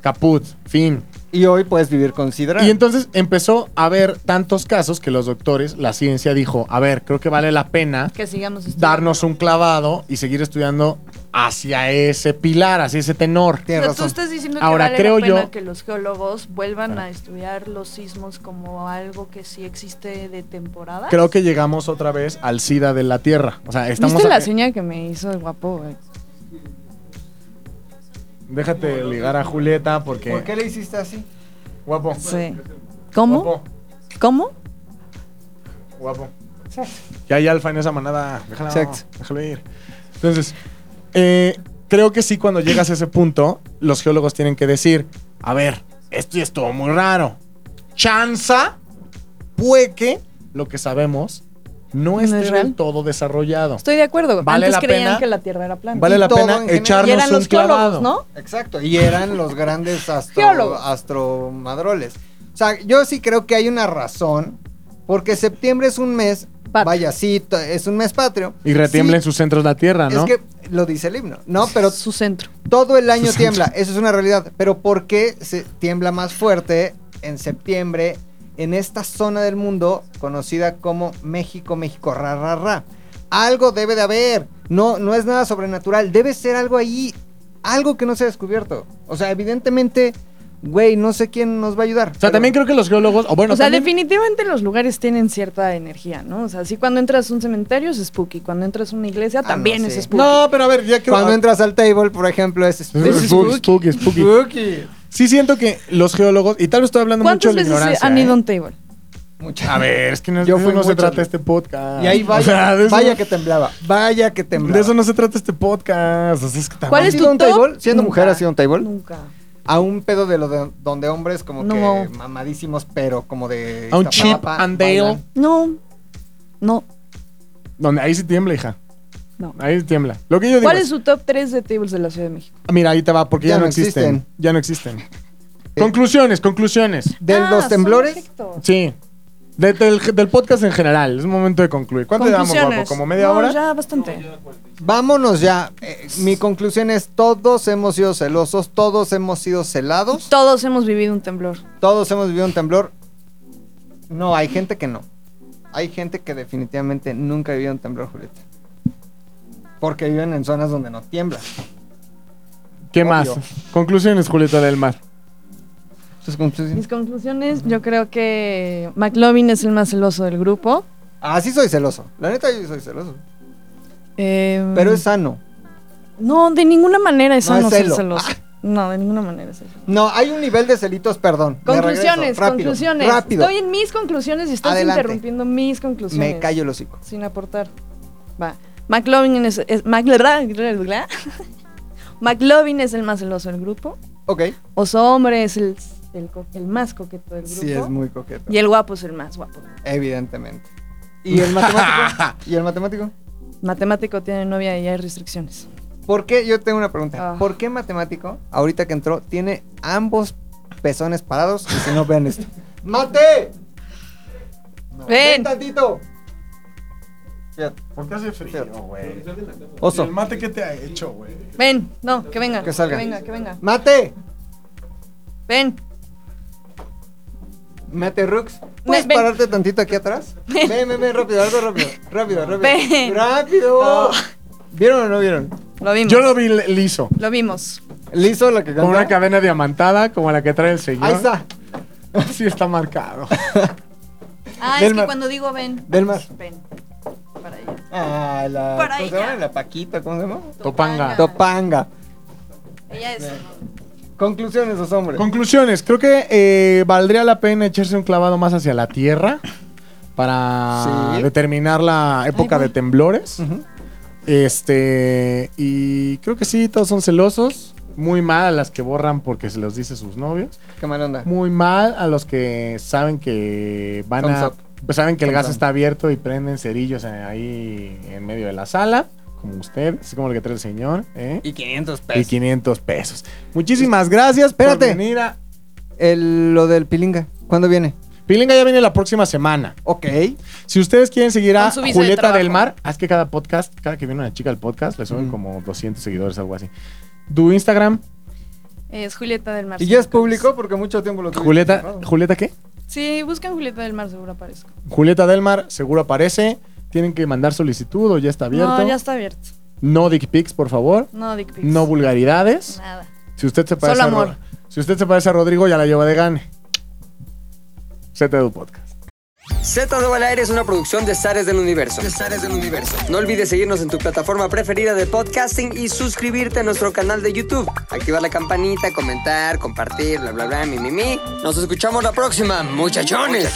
S2: caput, fin.
S3: y hoy puedes vivir considerable.
S2: Y entonces empezó a haber tantos casos que los doctores, la ciencia dijo, a ver, creo que vale la pena
S4: Que sigamos estudiando.
S2: darnos un clavado y seguir estudiando hacia ese pilar, hacia ese tenor.
S3: Tienes
S4: Pero tú
S3: razón.
S4: estás diciendo
S2: Ahora,
S4: que vale
S2: creo
S4: la pena
S2: yo-
S4: que los geólogos vuelvan a estudiar los sismos como algo que sí existe de temporada.
S2: Creo que llegamos otra vez al SIDA de la Tierra. O sea, estamos...
S4: ¿Viste la
S2: eh,
S4: señal que me hizo el guapo? güey?
S2: Déjate ligar a Julieta porque...
S3: ¿Por qué le hiciste así?
S2: Guapo.
S4: Sí. ¿Cómo?
S2: Guapo.
S4: ¿Cómo?
S2: Guapo. Ya hay alfa en esa manada. Déjala,
S3: Exacto.
S2: déjalo ir. Entonces, eh, creo que sí, cuando llegas a ese punto, los geólogos tienen que decir: A ver, esto ya estuvo muy raro. Chanza, puede que lo que sabemos no,
S4: No
S2: esté
S4: es real.
S2: del todo desarrollado.
S4: Estoy de acuerdo.
S2: Vale
S4: Antes
S2: la
S4: creían
S2: pena.
S4: que la Tierra era plana.
S2: Vale
S3: Y
S2: la
S3: todo en
S2: pena
S3: general.
S4: y
S2: echarnos
S4: eran
S2: un
S4: los
S2: clavado.
S4: geólogos, ¿no?
S3: Exacto, y eran los grandes astro,
S4: Geólogos.
S3: astromadroles. O sea, yo sí creo que hay una razón, porque septiembre es un mes,
S4: Patrio.
S3: vaya, sí, to- es un mes patrio.
S2: Y retiembla en
S3: Sí,
S2: sus centros la tierra, ¿no?
S3: Es que lo dice el himno, ¿no? Pero
S4: Su centro.
S3: todo el año
S2: Exacto.
S3: tiembla, eso es una realidad. Pero ¿por qué se tiembla más fuerte en septiembre en esta zona del mundo conocida como México, México, ra, ra, ra? Algo debe de haber, no, no es nada sobrenatural, debe ser algo ahí, algo que no se ha descubierto. O sea, evidentemente, güey, no sé quién nos va a ayudar.
S2: o sea, también creo que los geólogos. O bueno,
S4: o sea,
S2: también-
S4: definitivamente los lugares tienen cierta energía, ¿no? O sea, sí, cuando entras a un cementerio es spooky, cuando entras a una iglesia
S3: no,
S4: también
S3: sí.
S4: es spooky.
S2: No, pero a ver, ya que.
S3: Cuando entras al table, por ejemplo, es...
S2: Spooky, spooky, spooky.
S3: Spooky.
S2: Sí, siento que los geólogos. Y tal vez estoy hablando mucho
S4: ¿Cuántas
S2: de la
S4: veces
S2: ignorancia.
S4: han ido a
S2: ¿eh?
S4: un table?
S3: Mucha-
S2: A ver, es que no, es-
S3: Yo
S2: de eso
S3: fui
S2: no se
S3: mucho,
S2: trata
S3: yo.
S2: este podcast.
S3: Y ahí vaya,
S2: O sea, de eso,
S3: vaya que temblaba, vaya que temblaba.
S2: de eso no se trata este podcast. O sea, es que
S4: ¿Cuál
S2: también-
S3: ¿Has
S4: es
S3: ido
S4: tu
S3: a un
S4: top?
S3: table? Siendo mujer,
S4: Nunca.
S3: ¿has ido a un table?
S4: Nunca.
S3: a un pedo de lo de- donde hombres como
S4: No.
S3: que mamadísimos, pero como de
S2: A un chip
S3: Iztapalapa,
S2: and dale.
S3: bailan.
S4: No. No.
S2: Donde ahí sí tiembla, hija.
S4: No.
S2: Ahí sí tiembla. Lo que yo digo.
S4: ¿Cuál es su top 3 de tables de la Ciudad de México?
S2: Mira, ahí te va, porque ya, no existen. Ya no existen. Conclusiones, conclusiones.
S3: De
S4: Ah,
S3: los
S4: son
S3: temblores,
S4: perfectos.
S2: Sí. De- del, del podcast en general. Es momento de concluir. ¿Cuánto llevamos, guapo?
S4: Conclusiones.
S2: ¿Como media
S4: No,
S2: hora?
S4: Ya, bastante.
S3: vámonos ya. Eh, mi conclusión es: todos hemos sido celosos, todos hemos sido celados,
S4: Todos hemos vivido un temblor.
S3: todos hemos vivido un temblor. No, hay gente que no. Hay gente que definitivamente nunca vivió un temblor, Julieta. Porque viven en zonas donde no tiembla.
S2: ¿Qué
S3: Obvio.
S2: más? Conclusiones, Julieta del Mar.
S3: Sus conclusiones.
S4: Mis conclusiones, yo creo que McLovin es el más celoso del grupo.
S3: Ah, sí soy celoso. La neta, yo soy celoso.
S4: Eh,
S3: Pero es sano.
S4: No, de ninguna manera es
S3: No es
S4: sano ser
S3: celo.
S4: celoso.
S2: Ah.
S4: No, de ninguna manera es eso.
S3: No, hay un nivel de celitos, perdón. Me regreso.
S4: Conclusiones,
S3: Rápido,
S4: conclusiones.
S3: Rápido.
S4: Estoy en mis conclusiones y estás
S3: Adelante.
S4: interrumpiendo mis conclusiones.
S3: Me callo el hocico.
S4: Sin aportar. Va. McLovin es, es- McLovin McLovin es el más celoso del grupo.
S3: Ok.
S4: Oso Hombre es el, el co- el más coqueto del grupo.
S3: Sí, es muy coqueto.
S4: Y el guapo es el más guapo.
S3: Evidentemente. ¿Y el matemático? ¿Y el matemático?
S4: Matemático tiene novia y hay restricciones.
S3: ¿Por qué? Yo tengo una pregunta.
S4: Ah.
S3: ¿Por qué matemático, ahorita que entró, tiene ambos pezones parados? Y si no, vean esto. ¡Mate! No,
S4: Ven.
S3: tantito! Fíjate,
S2: ¿Por qué hace frío,
S3: Fíjate.
S2: güey?
S3: Oso.
S2: ¿El mate qué te ha hecho, güey?
S4: Ven, no, que venga.
S3: Que salga.
S4: venga, que venga.
S3: ¡Mate!
S4: Ven.
S3: Mate Rux. ¿Puedes
S4: ven.
S3: pararte tantito aquí atrás? Ven, ven, ven, rápido, algo rápido. Rápido, rápido.
S4: Ven.
S3: ¡Rápido!
S4: No.
S3: ¿Vieron o no vieron?
S4: Lo vimos.
S2: Yo lo vi li- liso.
S4: Lo vimos.
S3: ¿Listo la que
S2: Con una
S3: canta?
S2: cadena diamantada como la que trae el señor.
S3: Ahí está.
S2: Sí está marcado.
S4: Ah, es
S3: Delmar.
S4: que cuando digo ven.
S3: Delmar.
S4: pues, Ven. Para allá.
S3: Ah, la.
S4: Para
S3: ¿Cómo se
S4: ella.
S3: llama? La Paquita, ¿cómo se llama?
S2: Topanga.
S3: Topanga.
S4: Ella es.
S3: Conclusiones, los hombres.
S2: Conclusiones. Creo que eh, valdría la pena echarse un clavado más hacia la tierra para
S3: Sí.
S2: determinar la época
S4: Ahí voy.
S2: de temblores.
S3: Ujú.
S2: Este, y creo que sí, todos son celosos. Muy mal a las que borran porque se los dice sus novios.
S3: Qué mala onda.
S2: Muy mal a los que saben que van
S3: Thumbs
S2: a.
S3: up.
S2: pues saben que el
S3: Thumbs
S2: gas
S3: down.
S2: está abierto y prenden cerillos en- ahí en medio de la sala, como usted, así como lo que trae el señor. ¿eh?
S3: Y 500
S2: Y
S3: pesos.
S2: 500 pesos. Muchísimas gracias. por
S3: Espérate.
S2: venir a-
S3: El, lo del pilinga. ¿Cuándo viene?
S2: Pilinga ya viene la próxima semana.
S3: Ok.
S2: Si ustedes quieren seguir a
S4: Con su visa de
S2: Julieta
S4: trabajo.
S2: del Mar, haz que cada podcast, cada que viene una chica al podcast, le suben
S3: Ujú.
S2: como 200 seguidores, algo así. Tu Instagram,
S4: Es Julieta del Mar.
S3: Y ya es
S4: Seguro.
S3: público porque mucho tiempo lo tuviste
S2: Julieta,
S3: cerrado.
S2: ¿Julieta qué?
S4: Sí, buscan Julieta del Mar, seguro aparezco.
S2: Julieta del Mar, seguro aparece. Tienen que mandar solicitud o ya está abierto.
S4: No, ya está abierto.
S2: No dick pics, por favor.
S4: No, Dick pics.
S2: No vulgaridades.
S4: Nada.
S2: Si usted se parece
S4: Solo
S2: a Ro-
S4: amor.
S2: Si usted se parece a Rodrigo, ya la lleva de gane. ZDU Podcast.
S1: Z2 al aire es una producción de Zares del Universo. del Universo. No olvides seguirnos en tu plataforma preferida de podcasting y suscribirte a nuestro canal de YouTube. Activar la campanita, comentar, compartir, bla, bla, bla, mi, mi, mi. Nos escuchamos la próxima, muchachones.